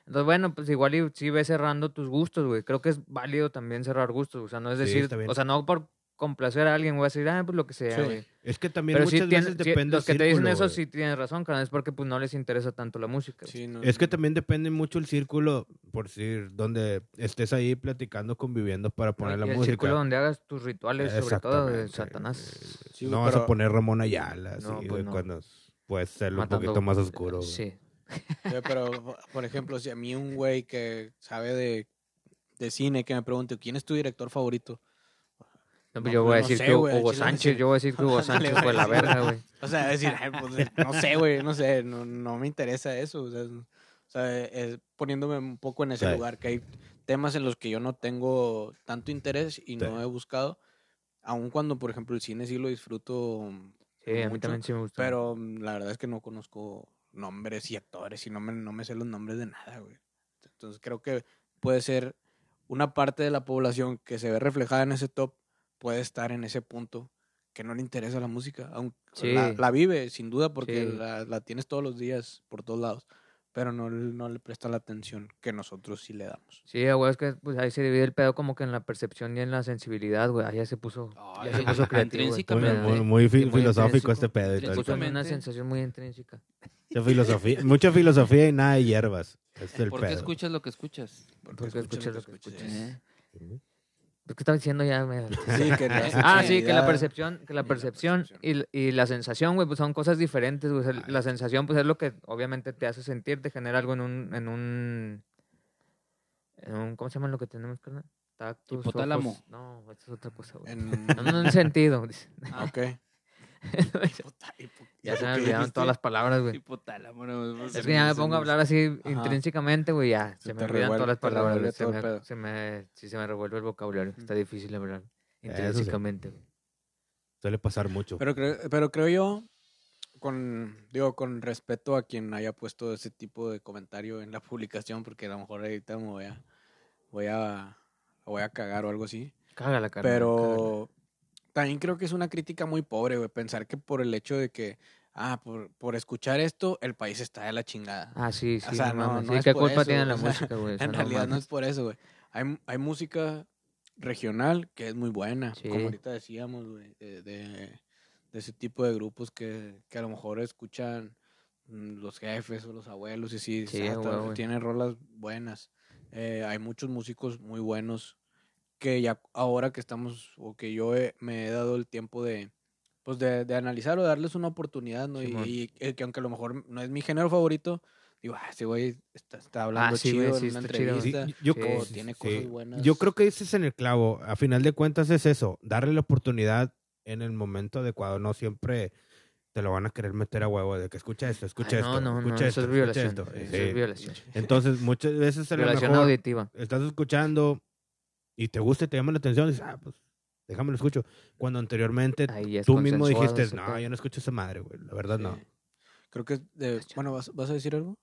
E: Entonces, bueno, pues igual y sí ves cerrando tus gustos, güey. Creo que es válido también cerrar gustos, o sea, no es
D: Sí,
E: decir,
D: está bien.
E: o sea, no por complacer a alguien, güey, a decir, ah, pues lo que sea,
B: Sí.
E: güey.
D: Es que también
E: Pero sí,
D: muchas
E: tiene-
D: veces
E: sí,
D: depende
E: los que
D: del
E: te dicen
D: círculo, eh.
E: eso
D: güey.
E: sí tienen razón, carnal, es porque pues no les interesa tanto la música. güey.
B: sí, no-
D: [LAUGHS] Es que también depende mucho el círculo, por decir, donde estés ahí platicando, conviviendo para poner
E: Y
D: la
E: el
D: música.
E: círculo donde hagas tus rituales, sobre todo de
D: Exactamente.
E: Satanás.
B: Sí,
D: no
B: güey,
D: vas a
B: pero-
D: poner Ramón Ayala,
E: No,
D: así,
E: pues
D: güey,
E: no.
D: cuando puede serlo
E: matando-
D: un poquito más oscuro. güey.
E: Sí.
B: Oye, Pero, por ejemplo, si a mí un güey que sabe de, de cine que me pregunte, ¿quién es tu director favorito?
E: No,
B: No,
E: pues yo voy a
B: pues no
E: decir
B: sé,
E: que
B: güey, al
E: Hugo
B: chile no
E: Sánchez,
B: sé.
E: yo voy a decir que Hugo
B: [LAUGHS] Ándale,
E: Sánchez
B: güey,
E: fue la
B: sí. [LAUGHS]
E: verga, güey.
B: O sea, decir, "Ay, pues, no sé, güey, no sé, no, no me interesa eso. O sea, es- o sea, es poniéndome un poco en ese
D: Sí.
B: lugar, que hay temas en los que yo no tengo tanto interés y no he buscado, aun cuando, por ejemplo, el cine sí lo disfruto
E: Sí, a mí
B: mucho,
E: también sí me gusta.
B: Pero mm, la verdad es que no conozco nombres y actores y no me, no me sé los nombres de nada, güey. Entonces creo que puede ser una parte de la población que se ve reflejada en ese top, puede estar en ese punto que no le interesa la música. aun-
E: Sí.
B: la, la vive, sin duda, porque
E: Sí.
B: la, la tienes todos los días por todos lados. pero no, no le presta la atención que nosotros sí le damos.
E: Sí, güey, es que pues, ahí se divide el pedo como que en la percepción y en la sensibilidad, güey. Ahí ya se puso, ya se
A: Ay,
E: puso creativo. güey.
A: [LAUGHS]
D: Muy,
A: intrínsecamente.
D: muy- muy fi-
A: Muy
D: filosófico
A: intrínseco.
D: este pedo.
E: Se
D: y todo el
E: puso
D: pedo.
E: también una
A: Exactamente.
E: sensación muy intrínseca.
D: Mucha filosofía, mucha filosofía y nada de hierbas. Es el
A: ¿Por qué
D: pedo.
A: escuchas lo que escuchas?
E: Porque escuchas lo que
A: ¿Eh?
E: Pues, ¿Qué estaba diciendo ya? Me-
B: [LAUGHS] Sí, que la
E: Ah, [LAUGHS] sí, que
B: sensibilidad-
E: la percepción, que la
B: la
E: percepción y, l- y la sensación, güey, pues son cosas diferentes, güey. O sea, la sensación, pues es lo que obviamente te hace sentir, te genera algo en un, en un, en un- ¿cómo se llama lo que tenemos, carnal? Tactus,
A: Hipotálamo.
E: ojos. No, esta es otra cosa, güey. [LAUGHS]
B: En...
E: No, no, en sentido. dice.
B: Ok.
E: [LAUGHS] ya se me olvidaron todas las palabras, güey.
A: Hipotálamo. no, no sé.
E: Es que ya me pongo a hablar así
B: Ajá.
E: intrínsecamente, güey, ya.
B: Se
E: Se, me
B: te
E: olvidan
B: revuelve-
E: todas las
B: te revuelve
E: palabras. güey, Se
B: todo el
E: me,
B: pedo.
E: se me, sí, se me revuelve el vocabulario. Está difícil hablar
D: sí.
E: intrínsecamente. güey.
D: Suele pasar mucho.
B: Pero creo, pero creo yo, con, digo, con respeto a quien haya puesto ese tipo de comentario en la [LAUGHS] publicación, porque a lo mejor ahorita me voy a, voy a, voy a cagar o algo así.
E: Cágala, carnal. cágala.
B: Pero también creo que es una crítica muy pobre, güey, pensar que por el hecho de que, ah, por, por escuchar esto, el país está de la chingada.
E: Ah, sí, sí.
B: O sea,
E: no,
B: no-
E: mames.
B: no
E: Sí,
B: es
E: ¿Qué
B: por
E: culpa
B: eso,
E: tiene la
B: o sea, [LAUGHS]
E: música, güey? O sea,
B: en
E: no
B: realidad no
E: mames.
B: es por eso, güey. Hay, hay música regional que es muy buena,
E: Sí.
B: como ahorita decíamos, güey, de, de- de ese tipo de grupos que, que a lo mejor escuchan mm, los jefes o los abuelos y sí,
E: Sí,
B: ah,
E: a
B: ta-
E: huevo.
B: tienen rolas buenas. Eh, hay muchos músicos muy buenos que ya ahora que estamos o que yo he- me he dado el tiempo de pues de, de analizar o darles una oportunidad, ¿no? Y-
E: Simón.
B: y, eh, que aunque a lo mejor no es mi género favorito, digo, ah, ese güey está, está hablando
E: Ah, sí, güey,
B: chido
E: sí,
B: en una
E: está chido.
B: entrevista.
D: Sí,
E: gusta.
D: yo,
E: Sí,
B: o
E: sí,
B: tiene
D: sí.
B: cosas buenas.
D: Yo creo que ese es en el clavo. A final de cuentas es eso, darle la oportunidad en el momento adecuado. No siempre te lo van a querer meter a huevo de que escucha esto,
E: Ay,
D: escucha esto,
E: no, no, no,
D: escucha
E: eso
D: esto,
E: es
D: escucha
E: violación.
D: esto.
E: Eso
D: Sí.
E: es violación.
D: Entonces muchas veces a lo
E: Violación
D: mejor
E: auditiva.
D: estás escuchando y te gusta y te llama la atención, dices, ah, pues déjame lo escucho. Cuando anteriormente
E: Ahí ya Ah, es
D: tú mismo
E: consensuado
D: dijiste,
E: ese
D: no,
E: pedo.
D: yo no escucho esa madre, güey, la verdad no. Mm.
B: Sí. Creo que, de- bueno, ¿vas, vas a decir algo?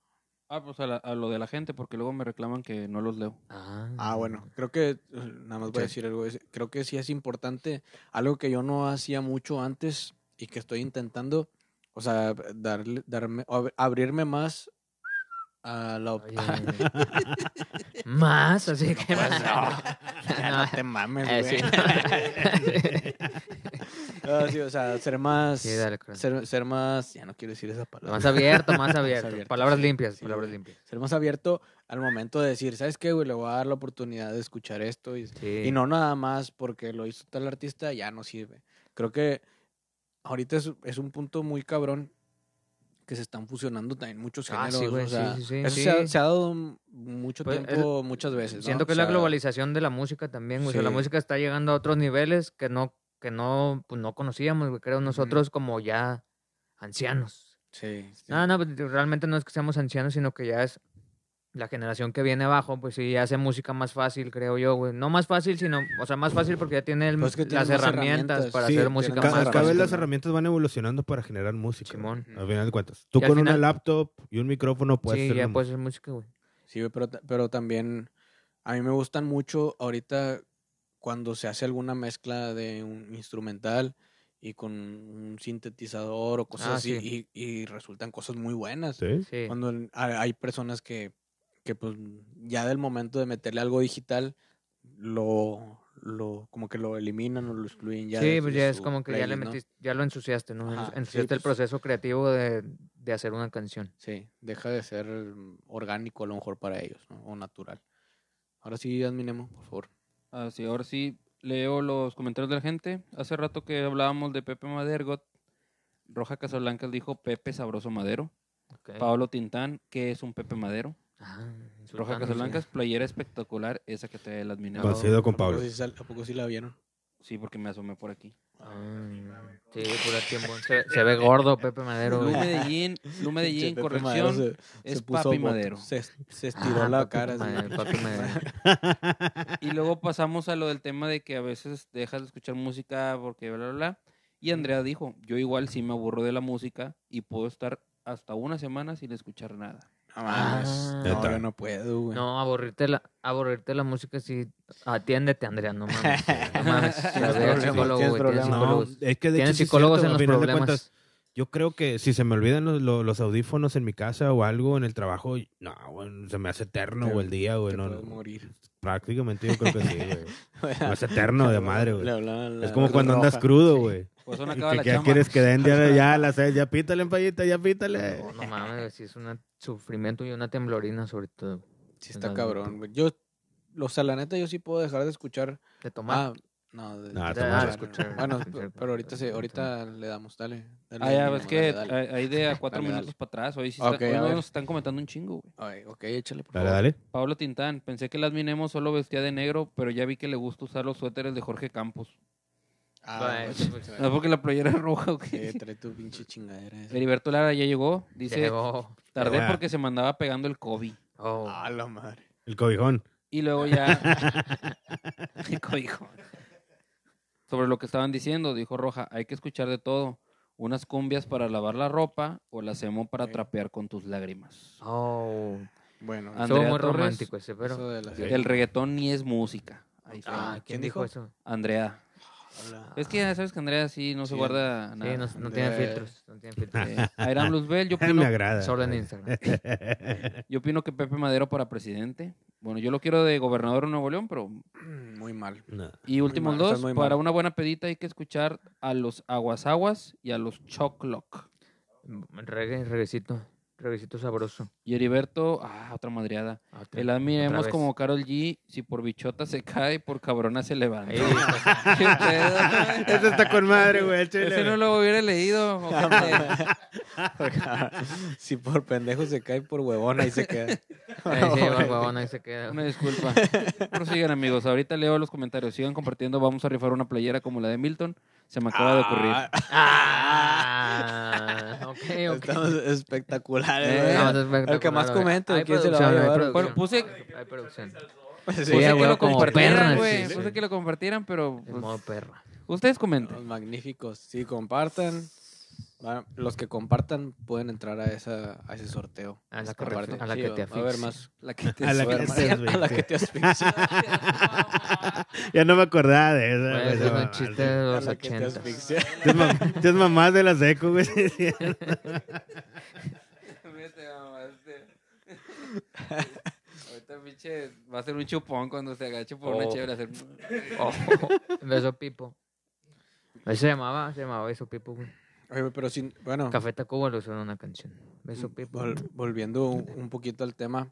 A: Ah, pues a, la- a lo de la gente, porque luego me reclaman que no los leo.
E: Ah,
B: Ah, bueno, creo que, eh, nada más voy a
E: Sí.
B: decir algo. es- Creo que sí es importante, algo que yo no hacía mucho antes y que estoy intentando, o sea, darle, darme, ab- abrirme más a la...
E: [LAUGHS]
B: op- [LAUGHS]
E: Oye, Más, así que.
B: Pues,
E: [LAUGHS]
B: no, [LAUGHS] no te mames,
E: Eh, sí.
B: güey. No, sí, o sea, ser más...
E: [LAUGHS] Sí, dale, carnal.
B: ser, ser más... Ya no quiero decir esa palabra.
E: Más abierto,
B: [LAUGHS]
E: más abierto.
B: abierto,
E: Palabras
B: sí,
E: limpias,
B: sí,
E: palabras
B: güey.
E: limpias.
B: ser más abierto al momento de decir, ¿sabes qué, güey? Le voy a dar la oportunidad de escuchar esto y,
E: Sí.
B: y no nada más porque lo hizo tal artista, ya no sirve. Creo que ahorita es, es un punto muy cabrón que se están fusionando también muchos
E: Ah,
B: géneros.
E: sí, güey,
B: o
E: sí,
B: sea,
E: sí, sí,
B: Eso
E: sí.
B: Se, ha, se ha dado m- mucho
E: Pues,
B: tiempo, muchas veces. ¿no?
E: Siento que
B: O
E: es la
B: sea,
E: globalización de la música también, güey. O sea, la
B: Sí.
E: música está llegando a otros niveles que no, que no, pues no conocíamos, güey. Creo nosotros como ya ancianos.
B: Sí. sí.
E: No, no, pues, realmente no es que seamos ancianos, sino que ya es la generación que viene abajo, pues sí, hace música más fácil, creo yo, güey. No más fácil, sino, o sea, más fácil porque ya tiene el-
B: Pues que tienen
E: las
B: más
E: herramientas,
B: herramientas.
E: para
B: Sí,
E: hacer
B: tienen
E: música
B: cada-
E: más
D: Cada,
B: cada
D: vez
E: fácil.
D: las
B: ¿no?
D: herramientas van evolucionando para generar música.
E: Simón.
D: Al final de cuentas. Tú
E: Y al
D: con una
E: final-
D: laptop y un micrófono puedes
E: Sí,
D: hacer
E: ya
D: una
E: puedes hacer música, güey.
B: Sí, güey, pero, ta- pero también a mí me gustan mucho ahorita cuando se hace alguna mezcla de un instrumental y con un sintetizador o cosas
E: Ah,
B: así
E: sí.
B: y, y resultan cosas muy buenas.
D: ¿Sí?
E: Sí.
B: Cuando en- ha- hay personas que, que pues ya del momento de meterle algo digital lo, lo como que lo eliminan o lo excluyen ya.
E: sí,
B: de-
E: pues
B: de
E: ya es
B: su
E: como que ya le
B: playlist, ¿no?
E: metiste, ya lo ensuciaste, ¿no?
B: Ajá, sí,
E: ensuciaste el
B: pues.
E: proceso creativo de, de hacer una canción.
B: Sí, deja de ser mm, orgánico a lo mejor para ellos, ¿no? O natural. Ahora sí, adminemo, por favor.
A: Ah, sí, ahora sí leo los comentarios de la gente. Hace rato que hablábamos de Pepe Madergot. Roja Casablancas dijo Pepe Sabroso Madero.
E: Ok.
A: Pablo Tintán, ¿qué es un Pepe Madero?
E: Ah,
A: Roja
E: insultándose.
A: Casablancas, playera espectacular, esa que te la admiraba.
E: Vas-
D: Paseo con
B: ¿A poco
D: Pablo.
B: sí
E: pues,
B: sal- ¿A poco sí la vieron?
A: Sí, porque me asomé por aquí.
E: Ah, sí, pura tiempo. Se, ve- se ve gordo Pepe Madero,
A: Lu
E: güey.
A: Medellín,
B: [LAUGHS]
A: Lu Medellín,
B: Che, Pepe Madero
A: corrección,
B: se-
A: es
B: se puso
A: Papi
B: botox,
A: Madero.
B: Se, se estiró
E: Ah,
B: la
E: Pepe
B: cara. así.
E: Madero, Pepe Madero.
A: Y luego pasamos a lo del tema de que a veces dejas de escuchar música porque bla, bla, bla. Y Andrea dijo, yo igual sí me aburro de la música y puedo estar hasta una semana sin escuchar nada.
B: No mames,
E: Ah.
B: no,
D: Neta.
B: yo no puedo, güey.
E: No, aburrirte la, aburrirte la música sí. Atiéndete, Andrea,
B: [LAUGHS]
E: no mames. güey, No mames.
B: Tienes
E: Ve
B: problemas,
E: al psicólogo,
B: tienes
E: güey, tienes
B: problemas.
E: psicólogos.
D: es que de
E: Tienen
D: hecho sí es
E: psicólogos en
D: cierto, al
E: los
D: final de
E: problemas.
D: cuentas, Yo creo que si se me olvidan los, lo- los audífonos en mi casa o algo en el trabajo, no, güey, se me hace eterno
B: Te-
D: o el día, güey.
B: Te
D: no,
B: puedes
D: no. [LAUGHS]
B: morir.
D: prácticamente yo creo que sí,
B: [LAUGHS]
D: güey. Se me hace eterno de madre, güey.
B: Le hablaban la
D: Es como
B: Cruz
D: cuando andas
B: Roja.
D: crudo, güey.
A: Pues
B: [LAUGHS]
A: son
D: Y
A: acaba
D: que
A: la
D: ya
A: chamba.
D: quieres que den ya, ya a las seis, ya pítale, empallita, ya pítale.
E: No, no mames, sí es un sufrimiento y una temblorina sobre todo.
B: Sí, está cabrón, güey. Yo, o sea, la neta, yo sí puedo dejar de escuchar.
E: De tomar.
B: Ah, no, de,
D: No,
B: de escuchar,
D: tomar. Ah,
E: escuchar,
B: no. Bueno,
E: escuchar.
B: pero ahorita, sí, ahorita le damos, dale. dale
A: Ah, ya
B: ánimo,
A: ves que
B: dale, dale.
A: hay hay de a cuatro
B: Dale,
A: minutos
B: dale.
A: para atrás. Hoy sí está-
B: Ok, a
A: hoy no
B: ver.
A: nos están comentando un chingo, güey.
B: Ay, ok, échale, por
D: Dale,
B: favor.
D: dale.
A: Pablo Tintán, pensé que las Minemo solo vestía de negro, pero ya vi que le gusta usar los suéteres de Jorge Campos.
B: Ah,
E: Bueno,
B: güey,
E: pues,
B: sí,
A: No porque la playera es roja o
B: Eh,
A: qué.
B: trae tu pinche chingadera.
A: [LAUGHS]
B: esa.
A: Heriberto Lara ya llegó. Dice,
E: Llegó.
A: tardé
D: Ya.
A: porque se me andaba pegando el COVID.
E: Oh.
B: Ah, la madre.
D: El cobijón.
A: Y luego ya. [LAUGHS] Qué cobijo. Sobre lo que estaban diciendo, dijo Roja, hay que escuchar de todo. Unas cumbias para lavar la ropa o la hacemos para
B: Sí.
A: trapear con tus lágrimas.
E: Oh.
B: Bueno,
A: Ah,
E: Estuvo
A: Andrea
E: muy
A: Torres,
E: romántico ese, pero.
B: eso de la-
D: Sí.
A: El reggaetón ni es música. Ahí está.
B: Ah,
E: ¿quién, dijo eso?
A: Andrea.
B: Hola.
A: Es que ya sabes que Andrea sí no se
B: Sí,
A: guarda
E: Sí, no,
A: nada.
E: no tiene
B: Eh.
E: filtros. No tiene filtros.
A: Eh, Airam Luzbel,
B: [LAUGHS]
D: [LAUGHS]
A: yo
D: me
A: opino,
D: agrada.
E: Solo en Instagram.
A: yo opino que Pepe Madero para presidente. Bueno, yo lo quiero de gobernador de Nuevo León, pero
B: Mm, Muy mal.
E: [LAUGHS]
D: No.
A: Y últimos
B: mal,
A: dos,
B: estás muy
A: para
B: mal.
A: una buena pedita hay que escuchar a los aguas aguas y a los chocloc.
E: Reggae, reguecito. Reguecito sabroso.
A: Y Heriberto, ah, otra madreada. El admiremos
E: vez.
A: como Carol G, si por bichota se cae, por cabrona se levanta.
E: Ahí, pues,
A: [LAUGHS] ¿Qué pedo, güey?
D: Eso está con madre, güey. al chile,
A: Ese no
D: güey.
A: lo hubiera leído. ojete.
B: [LAUGHS] si por pendejo se cae por huevona y se queda.
E: ahí se lleva el huevón, ahí se queda.
A: Una disculpa. Prosigan, amigos. Ahorita leo los comentarios. Sigan compartiendo. Vamos a rifar una playera como la de Milton. Se me acaba de ocurrir.
E: Ah, ok, ok.
B: Estamos espectaculares.
A: Eh,
B: güey.
A: estamos
B: el que más comente,
E: comenta
B: ¿quién se la va a llevar?
A: Bueno, puse-
E: Hay producción.
B: [LAUGHS] Pues
E: Sí,
A: Puse
E: a
A: que
E: huevo,
A: lo
E: como
A: compartieran,
E: perras,
A: güey.
E: sí, sí.
A: Puse que lo compartieran, pero
E: En
A: pues,
E: modo perra.
A: ustedes comenten.
E: [LAUGHS]
A: [LAUGHS]
B: Los magníficos. Sí, compartan. Van- Los que compartan pueden entrar a, esa, a ese sorteo.
E: A la
B: Los
E: que te
B: comparten.
E: afi- a la que te
B: va a haber
E: asfixie.
B: más.
A: La que te
D: A la
B: va
D: que
B: haber
D: te
B: más- [LAUGHS]
D: asfixie.
B: a la que
A: [LAUGHS]
B: te asfixia.
D: Ya no me acordaba de eso.
E: Bueno,
D: güey,
E: Es
D: esa
E: un
D: mamá.
E: chiste de
B: A
E: los
B: la que te
E: ochentas.
B: asfixia.
D: Tus mam- tus mamás de las eco, güey. [LAUGHS]
A: Vete, mamaste. [LAUGHS] Ahorita pinche va a ser un chupón cuando se agache por una
E: Oh.
A: chévere. Hacer...
E: Oh, beso Pipo. Ahí se llamaba, se llamaba Beso Pipo, güey.
B: Oye, pero sin. Bueno,
E: Café Tacuba lo usó en una canción. Beso Pipo.
B: Mm, vol- volviendo un, un poquito al tema.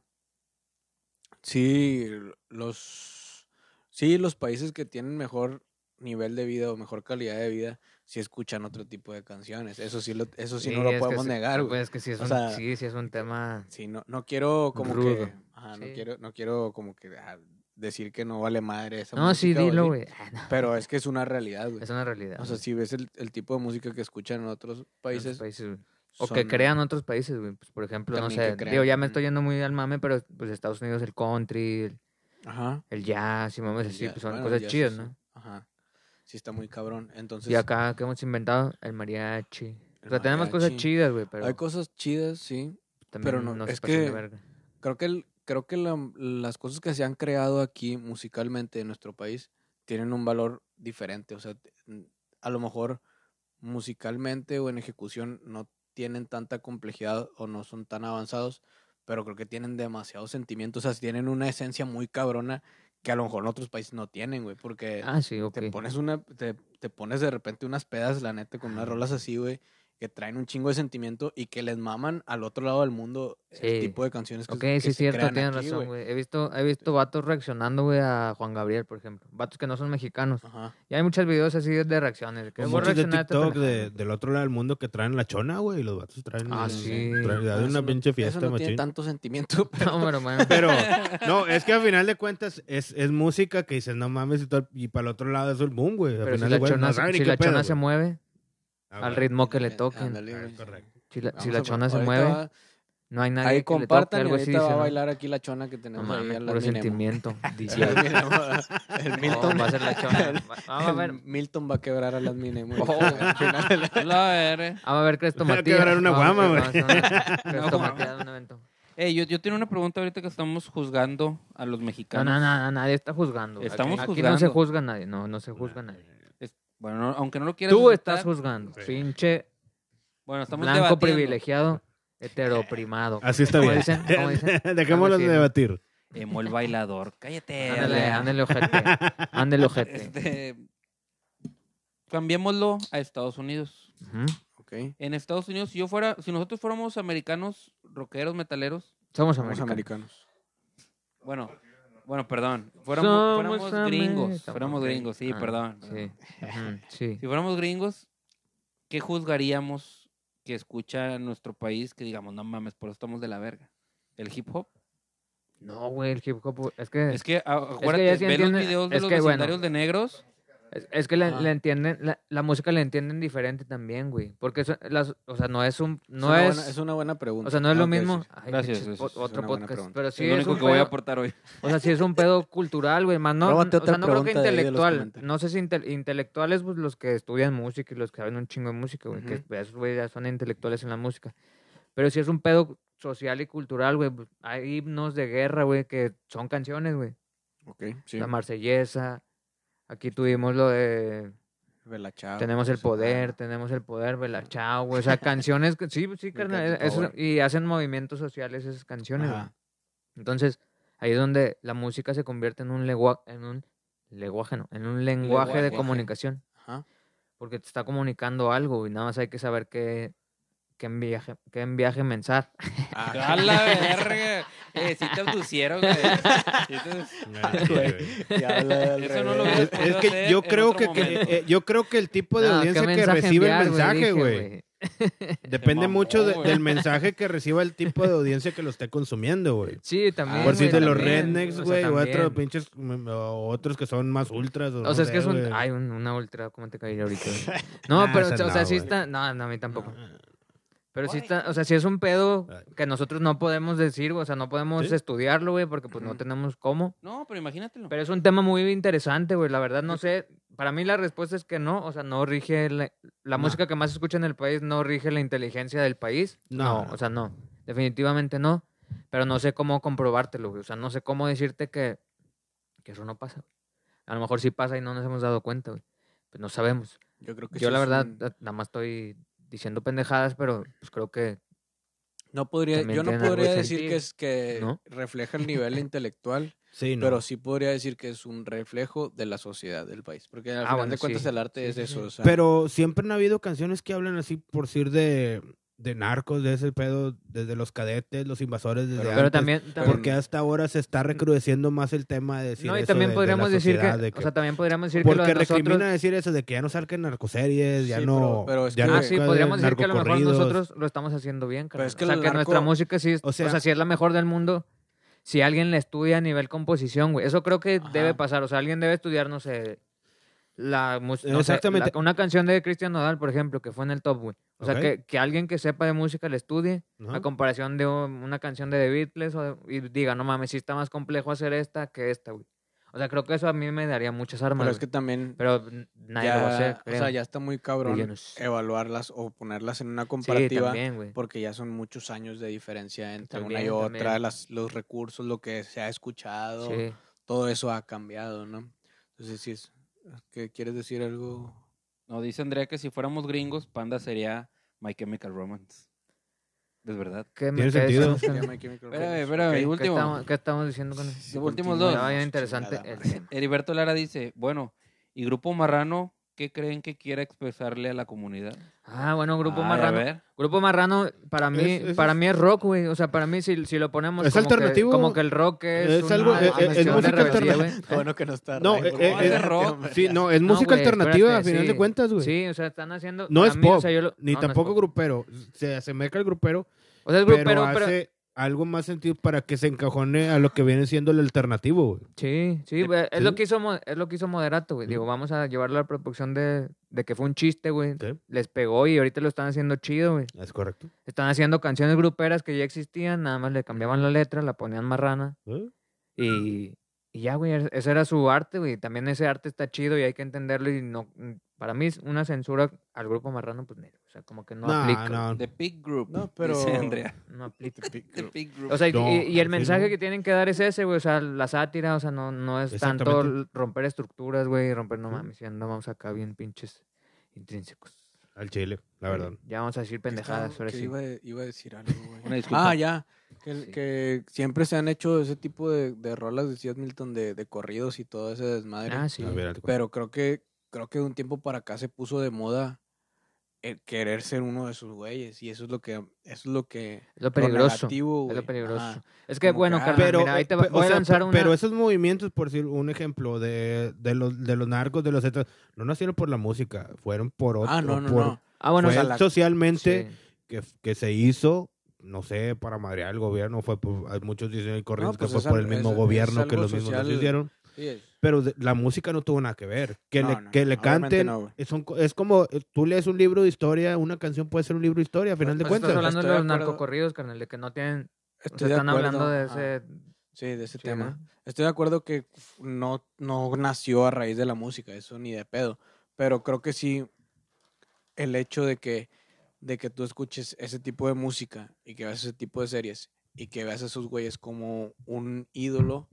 B: Sí, los. Sí, los países que tienen mejor nivel de vida o mejor calidad de vida, sí escuchan otro tipo de canciones. Eso sí, lo, eso sí, no
E: es
B: lo
E: que
B: podemos
E: sí,
B: negar, güey.
E: pues es que sí es,
B: O
E: un,
B: sea,
E: sí, sí es un tema.
B: Sí, no, no quiero como
E: Rudo.
B: que. ajá, no,
E: Sí.
B: quiero, no quiero como que ah, decir que no vale madre esa
E: No, sí,
B: música o
E: dilo,
B: así,
E: güey. Ah, no,
B: Pero es que es una realidad, güey.
E: Es una realidad.
B: O sea,
E: güey.
B: si ves el, el tipo de música que escuchan en otros
E: Otros
B: países.
E: güey. O que
B: son-
E: crean otros países, güey. Pues, por ejemplo,
B: También
E: no
B: que
E: sé.
B: crean.
E: Digo, ya
B: Ujú.
E: me estoy yendo muy al mame, pero pues Estados Unidos, el country, el,
B: Ajá.
E: el jazz y mames
B: el
E: así,
B: jazz.
E: pues son
B: Bueno, el
E: cosas
B: jazz
E: chidas,
B: es-
E: ¿no?
B: Ajá. Sí, está muy cabrón. Entonces,
E: Y acá, ¿qué hemos inventado? El mariachi.
B: El
E: o sea, tenemos cosas
B: mariachi.
E: chidas, güey, pero
B: hay cosas chidas, sí.
E: también
B: pero no,
E: nos
B: es
E: pasan de
B: que-
E: verga.
B: Creo que, el- creo que la- las cosas que se han creado aquí musicalmente en nuestro país tienen un valor diferente. O sea, te- a lo mejor musicalmente o en ejecución no tienen tanta complejidad o no son tan avanzados, pero creo que tienen demasiados sentimientos. O sea, tienen una esencia muy cabrona que a lo mejor en otros países no tienen, güey, porque...
E: Ah, sí, ok.
B: Te pones una, te, te pones de repente unas pedas, la neta, con unas rolas así, güey, que traen un chingo de sentimiento y que les maman al otro lado del mundo el
E: Sí.
B: tipo de canciones que
E: Ok,
B: que
E: sí,
B: se
E: es cierto,
B: crean
E: tienes
B: aquí,
E: razón, güey. He visto, he visto vatos reaccionando, güey, a Juan Gabriel, por ejemplo. Vatos que no son mexicanos.
B: Ajá.
E: Y hay muchos videos así de reacciones. de Que
D: Como
E: voy a
D: muchos de
E: reaccionar a este esta
D: TikTok
E: pendejada.
D: de- del otro lado del mundo que traen la chona, güey. Y los vatos traen.
E: Ah,
D: eh,
E: sí.
D: traen-
B: Pero
D: hacen
B: eso
D: una
B: no-
D: pinche
B: Eso
D: fiesta,
B: no tiene
D: machín.
B: tanto sentimiento. pero-
E: [LAUGHS] No, pero bueno. [LAUGHS]
D: [LAUGHS] Pero, no, es que a final de cuentas es, es música que dices, no mames, y, todo- y para el otro lado es el boom, güey. Al
E: Pero si
D: final
E: la
D: de cuentas,
E: chona,
D: no saben
E: se-
D: ni
E: si
D: qué
E: la
D: pedo,
E: chona se
D: güey.
E: mueve
D: Ah,
E: al
D: güey.
E: ritmo Pues, que le
B: Ándale,
E: toquen.
B: ándale,
D: Ah,
B: güey.
D: es correcto.
E: Si la, si
B: Vamos
E: la
B: a-
E: chona se
B: ahorita
E: mueve,
B: va-
E: no hay nadie
B: Ahí
E: que le toque
B: compartan y
E: algo así.
B: ahorita va
E: Dice,
B: a
E: no,
B: bailar aquí la chona que
E: no
B: tenemos ahí.
E: mames,
B: a la
E: puro
B: Minemo.
E: sentimiento.
B: [LAUGHS] El
E: Dice, [LAUGHS]
B: Minemo, El Milton.
E: No, va a ser la
B: [LAUGHS]
E: chona. Va- Vamos a
B: el
E: ver.
B: Milton va a quebrar a las Minemo. [LAUGHS]
E: Oh.
B: Al final de la-
A: La verga.
E: Vamos a ver
D: [LAUGHS]
E: Cresto
D: Voy a
E: Matías.
D: quebrar una
E: Vamos a
D: guama,
E: ver,
D: güey.
E: vamos a
D: [LAUGHS]
E: ver Cresto
A: guama.
E: Matías de un evento.
A: Ey, yo, yo tengo una pregunta ahorita que estamos juzgando a los
E: No,
A: mexicanos.
E: no, no, no, nadie está juzgando. güey.
A: Estamos
E: aquí, aquí no se
A: juzgando.
E: juzga nadie, no, no se juzga nadie.
A: Bueno, no- aunque no lo quieras
E: Tú
A: aceptar,
E: estás juzgando,
D: Sí.
E: pinche
A: Bueno, estamos
E: Blanco
A: debatiendo.
B: [LAUGHS]
E: privilegiado, heteroprimado.
D: Así está
E: ¿Cómo
D: bien.
E: dicen? ¿Cómo
D: [LAUGHS]
E: dicen?
D: Dejémoslo
E: Algo
D: de
E: así, ¿no? [LAUGHS]
D: debatir.
A: Emo el bailador. Cállate.
E: Ándale,
A: Adela.
E: ándale, ojete. Ándale, ojete.
A: Este, cambiémoslo a Estados Unidos.
E: Ujú.
B: Ok. Somos
A: En Estados Unidos, si yo fuera, si nosotros fuéramos americanos, rockeros, metaleros,
E: Somos
B: americanos.
E: americanos.
A: bueno, bueno, perdón, fuéramos,
E: Somos
A: fuéramos gringos,
E: americanos.
A: fuéramos gringos, sí,
E: Ah,
A: perdón.
E: Sí. Ujú, sí.
A: Si fuéramos gringos, ¿qué juzgaríamos que escucha nuestro país que digamos, no mames, por eso estamos de la verga? ¿El hip hop?
E: No, güey, el hip hop. Es que,
A: Es
E: es,
A: que, a- acuérdate,
E: ya se
A: ve
E: entiende-
A: los videos de
E: es
A: los
E: que, bueno.
A: vecindarios de negros.
E: es que la,
B: Ajá.
E: la entienden, la, la música la entienden diferente también, güey. Porque, eso- las, o sea, no es un. No
B: una
E: es,
B: buena- es Ah, una buena pregunta.
E: o sea, no es
B: Tengo
E: lo
B: que
E: mismo.
B: decir.
E: Ay,
A: Gracias,
E: pinche
A: eso es
E: po-
B: una
E: otro
B: buena
E: podcast.
B: pregunta.
E: Pero sí
A: es lo
E: es
A: único
E: un
A: que voy a
E: pedo-
A: aportar
E: [LAUGHS]
A: hoy.
E: O sea, sí es un pedo cultural, güey, más no,
B: Róbate
E: o sea,
B: otra
E: no creo que
B: pregunta de ahí de los
E: intelectual,
B: comentarios.
E: no sé si inte- intelectuales, pues los que estudian música y los que saben un chingo de música, güey,
B: Ujú.
E: que pues, esos güey ya son intelectuales en la música. Pero sí es un pedo social y cultural, güey, pues, hay himnos de guerra, güey, que son canciones, güey.
B: Ok, sí.
E: La marsellesa, aquí tuvimos lo de
B: Vela, chao.
E: tenemos el
B: Ah,
E: poder, tenemos el poder, vela, chao, güey, o sea, canciones que sí,
D: [LAUGHS]
E: sí, carnal,
B: encanta tu
E: eso-
B: power.
E: y hacen movimientos sociales esas canciones, güey.
B: Ajá.
E: Entonces, ahí es donde la música se convierte en un legua- en un lenguaje, no, en un lenguaje de
B: Lenguaje.
E: comunicación, [LAUGHS]
B: Ajá.
E: porque te está comunicando algo y nada más hay que saber qué qué enviaje, qué enviaje mensar.
B: Ah,
A: ¡A
B: [LAUGHS]
A: la verga! Eh, sí te abducieron, güey. Sí te-
B: Y habla del
A: Eso no lo
B: revés.
A: hubieras
D: Es, es
A: podido
D: que
A: hacer
D: yo
A: en
D: creo
A: otro
D: que, que-
A: momento.
D: eh, yo creo que el tipo de
E: No, [LAUGHS] ¿qué
D: audiencia que
E: mensaje
D: recibe
E: enviar,
D: el
E: güey?
D: mensaje,
E: Dije,
D: güey. Depende
A: mamó,
D: mucho de-
A: güey.
D: del mensaje que reciba el tipo de audiencia que lo esté consumiendo, güey.
E: Sí, también.
D: Por si
E: güey,
D: de los
E: también,
D: rednecks,
E: o sea,
D: güey, o otros
E: también.
D: pinches, mm, o otros que son más ultras. O,
E: O
D: no
E: sea, es que
D: sé,
E: es un...
D: güey.
E: Ay, un- una ultra, ¿cómo te caería
D: [LAUGHS]
E: ahorita? güey? No,
D: Ah,
E: pero,
D: esa
E: o sea,
D: no,
E: sí
D: güey.
E: está... No, no, a mí tampoco. Pero sí
A: Ay.
E: está, o sea, sí es un pedo
D: Ay.
E: que nosotros no podemos decir, o sea, no podemos
D: Sí.
E: estudiarlo, güey, porque pues no
B: Ujú.
E: tenemos cómo.
A: No, pero imagínatelo.
E: Pero es un tema muy interesante, güey. La verdad, no sé. Para mí la respuesta es que no. O sea, no rige... La, la
D: No.
E: música que más se escucha en el país no rige la inteligencia del país.
D: No,
E: No,
D: no.
E: o sea, no. Definitivamente no. Pero no sé cómo comprobártelo, güey. O sea, no sé cómo decirte que, que eso no pasa. güey. A lo mejor sí pasa y no nos hemos dado cuenta, güey. Pues no sabemos.
B: Yo creo que
E: Yo
B: sí
E: la
B: es
E: verdad,
B: un-
E: a- nada más estoy diciendo pendejadas, pero pues creo que...
B: No podría,
E: eh, También
B: yo no
E: tienen algo de
B: podría decir
E: sentido.
B: que es que
E: ¿No?
B: refleja el
E: [LAUGHS]
B: nivel intelectual,
D: Sí, no.
B: pero sí podría decir que es un reflejo de la sociedad del país. Porque al
E: Ah,
B: final
E: bueno,
B: de cuentas
E: sí.
B: el arte
E: Sí,
B: es
E: sí,
B: eso.
E: sí.
B: o sea,
D: Pero siempre han habido canciones que hablan así, por decir, de, de narcos, de ese pedo, desde los cadetes, los invasores, desde
B: Pero-
E: Pero,
D: antes.
E: también... también-
D: Porque hasta ahora se está recrudeciendo más el tema de decir
E: no, y
D: eso
E: también
D: de- de
E: podríamos
D: la
E: decir que,
D: sociedad, de
E: O sea, también podríamos decir que lo
D: Porque
E: de nosotros...
D: recrimina decir eso de que ya no salgan narcoseries, ya
B: Sí,
D: no.
B: pero- pero es
D: ya
B: que-
D: no
E: Ah, sí,
D: salgan
E: podríamos decir que a lo mejor
D: narcocorridos.
E: nosotros lo estamos haciendo bien,
B: Pero
E: carnal.
B: es que
E: o sea,
B: el
E: que nuestra
B: narco-
E: música sí es,
D: o
E: o sea,
D: sea-
E: sí es la mejor del mundo. Si alguien la estudia a nivel composición, güey. Eso creo que
B: Ajá.
E: debe pasar. O sea, alguien debe estudiar, no sé, la música.
D: Exactamente.
E: una canción de Cristian Nodal, por ejemplo, que fue en el top, güey. O sea,
D: Ok. Ah.
E: que, que alguien que sepa de música la estudie,
D: Ajá.
E: a comparación de un- una canción de The Beatles, o de- y diga, no mames, sí está más complejo hacer esta que esta, güey. O sea, creo que eso a mí me daría muchas armas.
B: pero es que
E: güey.
B: también
E: Pero, n- nadie lo va a hacer.
B: ya, o
E: creo.
B: sea, ya está muy cabrón
E: Millones.
B: evaluarlas o ponerlas en una
E: sí,
B: comparativa.
E: también, güey.
B: porque ya son muchos años de diferencia entre una y
E: También,
B: otra,
E: también.
B: las, los recursos, lo que se ha escuchado,
E: Sí.
B: todo eso ha cambiado, ¿no? Entonces, sí es, ¿qué quieres decir algo?
A: Nos dice Andrea que si fuéramos gringos, Panda sería My Chemical Romance. Es verdad.
E: ¿Qué
D: Tiene
E: qué
D: sentido.
E: decimos
B: Se
E: con-
B: llama Chemical
A: Espérame,
B: Romance,
A: espérame,
B: ¿ok?
E: ¿Qué
A: [LAUGHS] último.
E: estamos, qué estamos diciendo con eso?
B: Sí,
A: Los últimos
B: continúa,
A: dos.
E: Estaba bien
B: chingada
E: Ah, interesante
B: madre.
E: el tema.
A: Heriberto Lara dice, bueno, ¿y Grupo Marrano qué creen que quiera expresarle a la comunidad?
E: Ah, bueno, Grupo
A: Ay, A
E: Marrano.
A: ver.
E: Grupo Marrano para mí
D: Es- es-
E: para mí es rock, güey. O sea, para mí si, si lo ponemos
D: Es
E: como que-
D: alternativo.
E: como que el rock es,
D: Es
E: una
D: algo- eh,
B: es- es
E: manifestación
B: música
E: de rebeldía,
D: alternativa.
E: güey.
B: Qué bueno que no está.
D: No,
B: Ray,
D: eh,
B: porque
D: eh,
B: vamos a
D: eh,
B: rock,
A: rock,
B: hombre.
D: Sí, no, es
E: No,
D: música
E: güey,
D: alternativa a
E: espérate,
D: final
E: sí.
D: de cuentas, güey.
E: Sí, o sea, están haciendo
D: No
E: para
D: es
E: mí, o
D: pop,
E: sea, yo lo-
D: Ni
E: no, no es
D: tampoco
E: pop.
D: grupero. Se asemeja al grupero,
E: O sea, es
D: pero,
E: grupero, pero
D: hace algo más sentido para que se encajone a lo que viene siendo el alternativo, güey.
E: Sí, sí,
D: De-
E: güey, es
D: sí.
E: lo que hizo Mo- es lo que hizo Moderato, güey.
D: Sí.
E: Digo, vamos a llevarlo a la producción de, de que fue un chiste, güey.
D: Sí.
E: Les pegó y ahorita lo están haciendo chido, güey.
D: Es correcto.
E: Están haciendo canciones gruperas que ya existían, nada más le cambiaban la letra, la ponían marrana.
D: ¿Eh?
E: Y, y ya, güey, es- ese era su arte, güey. También ese arte está chido y hay que entenderlo. Y no, mm, para mí es una censura al grupo marrano, pues, negro. O sea, como que no,
D: No,
E: aplica.
D: no.
A: The Pig Group.
B: No, pero-
A: Dice Andrea.
E: No aplica.
A: The Pig Group.
E: O sea, y-
D: No,
E: y, y
D: sí,
E: el mensaje
D: no.
E: que tienen que dar es ese, güey. O sea, la sátira, o sea, no, no es tanto
D: Exactamente.
E: l- romper estructuras, güey, romper, no
D: Ujú.
E: mames, ya andamos acá bien pinches intrínsecos.
D: Al chile, la verdad.
E: Ya vamos a decir pendejadas,
B: Estaba-
E: ahora
B: que
E: sí.
B: Iba, iba a decir algo, güey.
A: Una disculpa.
B: Ah, ya. Que,
E: Sí.
B: que siempre se han hecho ese tipo de, de rolas, decías Milton, de, de corridos y todo ese desmadre.
E: Ah, sí.
D: A ver, al-
B: Pero creo que, creo que de un tiempo para acá se puso de moda el querer ser uno de sus güeyes. Y eso es lo que, eso es lo que.
E: Es lo peligroso.
B: negativo,
E: es
B: güey.
E: lo peligroso.
B: Ajá.
E: Es que,
B: Como que,
E: bueno,
B: ah,
E: carnal,
D: pero,
E: mira, ahí te va-
D: pe- o
E: voy a
D: sea,
E: lanzar
D: pe-
E: una...
D: pero esos movimientos, por decir un ejemplo, de, de los, de los narcos, de los zetas, no nacieron por la música, fueron por otro.
B: Ah, no, no,
D: por-
B: no.
E: Ah, bueno,
D: fue
B: sea, la-
D: socialmente
E: sí.
D: que, que se hizo, no sé, para madrear al gobierno, fue por, hay muchos dicen en corrientes
B: pues
D: que fue
B: es
D: por
B: al-
D: el mismo
B: es-
D: gobierno
B: es
D: que
B: algo
D: los mismos los
B: social.
D: hicieron.
B: Sí, es-
D: Pero de- la música no tuvo nada que ver. Que
B: No,
D: le,
B: no,
D: que le
B: obviamente
D: canten.
B: no, güey.
D: es, un co- es como eh, tú lees un libro de historia, una canción puede ser un libro de historia, a final de
B: Pues,
E: Pues
D: cuentas.
E: estás hablando de
B: Estoy de
E: los
B: acuerdo.
E: narcocorridos, carnal, de que no tienen... o sea,
B: Estoy de
E: están
B: acuerdo,
E: hablando de
B: ajá.
E: ese...
B: Sí, de ese
E: sí,
B: tema.
E: ¿no?
B: Estoy de acuerdo que f- no, no nació a raíz de la música, eso ni de pedo. Pero creo que sí, el hecho de que, de que tú escuches ese tipo de música y que veas ese tipo de series y que veas a esos güeyes como un ídolo,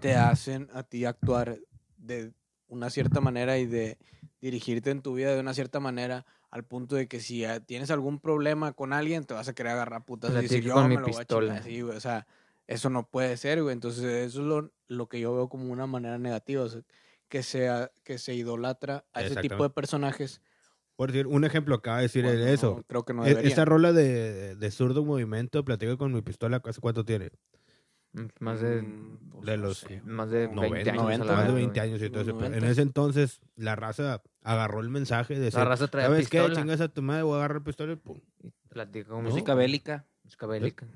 B: te hacen a ti actuar de una cierta manera y de dirigirte en tu vida de una cierta manera al punto de que si ah, tienes algún problema con alguien te vas a querer agarrar putas y
E: Pues Le
B: decir
E: pico
B: yo
E: con mi
B: me lo voy a
E: pistola".
B: chingar", sí, güey, o sea, eso no puede ser, güey. Entonces, eso es lo, lo que yo veo como una manera negativa, o sea, que, sea, que se idolatra a ese tipo de
D: Exactamente.
B: personajes.
D: Por decir, un ejemplo acaba de decir
B: cuando
D: eso.
B: no, creo que no
D: E-
B: debería.
D: Esa rola de, de zurdo movimiento, platico con mi pistola, ¿hace cuánto tiene?
E: Mm, Más de...
B: Mm, pues,
D: de
B: no [LAUGHS]
D: los
B: sé,
E: Más de
B: como
E: 20 años.
B: 90,
E: a la
D: más de
E: verga,
D: 20
E: güey.
D: años y todo
B: Los
D: eso. Pero en
B: 90.
D: ese entonces, la raza agarró el mensaje de decir,
E: La raza trae
D: ¿sabes qué?
E: pistola.
D: Chingas a tu madre, voy a agarrar pistola y pum.
E: Platico con
A: Música bélica.
E: Música bélica.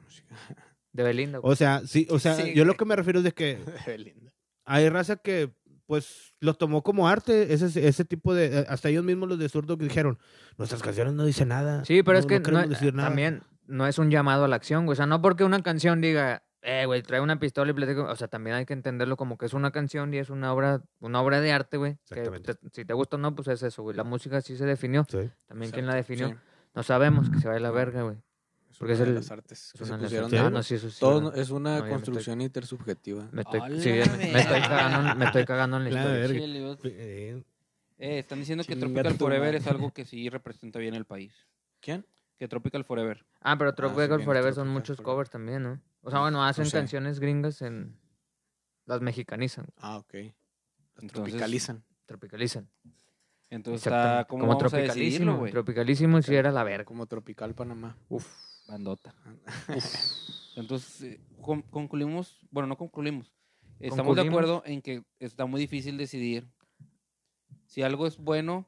E: De Belinda, güey.
D: O sea, sí, o sea,
B: Sí,
D: yo lo
B: güey.
D: que me refiero es de que
B: Belinda.
D: hay raza que, pues, lo tomó como arte, ese, ese tipo de, eh, hasta ellos mismos los de zurdo que dijeron, nuestras canciones no dicen nada.
E: Sí, pero es
D: no-
E: que
D: no
E: no,
D: queremos decir nada.
E: también no es un llamado a la acción, güey. O sea, no porque una canción diga, eh, güey, trae una pistola y platico. O sea, también hay que entenderlo como que es una canción y es una obra, una obra de arte, güey. que
D: Exactamente.
E: te- si te gusta o no, pues es eso, güey. La música sí se definió.
D: Sí.
E: También quién la
B: Exacto,
E: definió.
B: sí.
E: No sabemos que se vaya a la verga, güey.
B: Es una
E: Porque es
B: de
E: el-
B: las artes
E: Es
B: que se
E: una
B: pusieron
E: lesión.
D: ¿Sí?
B: de
E: Ah,
B: moda.
E: no, sí, eso sí.
B: Todo eh,
E: ¿verdad?
B: es una
E: No, ya me estoy-
B: construcción intersubjetiva.
E: Me estoy,
A: ¡Hala,
E: sí, me, me estoy
A: verga!
E: cagando, me estoy cagando
D: [LAUGHS]
E: en la
D: La
E: historia.
D: verga.
A: Chile, vos.
D: Eh,
A: Eh, están diciendo que
B: Chinga
A: Tropical
B: tu
A: Forever
B: madre.
A: es algo que sí representa bien el país.
B: ¿Quién?
A: Que Tropical Forever.
E: Ah, pero Tropical
B: bien,
E: Forever son
B: Tropical
E: muchos
B: Forever.
E: covers también, ¿no? O sea, bueno, hacen
B: sé.
E: canciones gringas en... Las mexicanizan,
B: Ah, ok. Los
A: Entonces-
B: tropicalizan.
E: tropicalizan.
A: Entonces está
E: Exactamente.
A: como vamos a decidirlo,
E: tropicalísimo.
A: güey.
E: Tropicalísimo sí era la verga.
B: Como tropical Panamá.
E: Uf.
A: Bandota. [LAUGHS] Entonces, eh, con- concluimos, bueno, no concluimos. Estamos de
E: Concluimos.
A: acuerdo en que está muy difícil decidir. Si algo es bueno,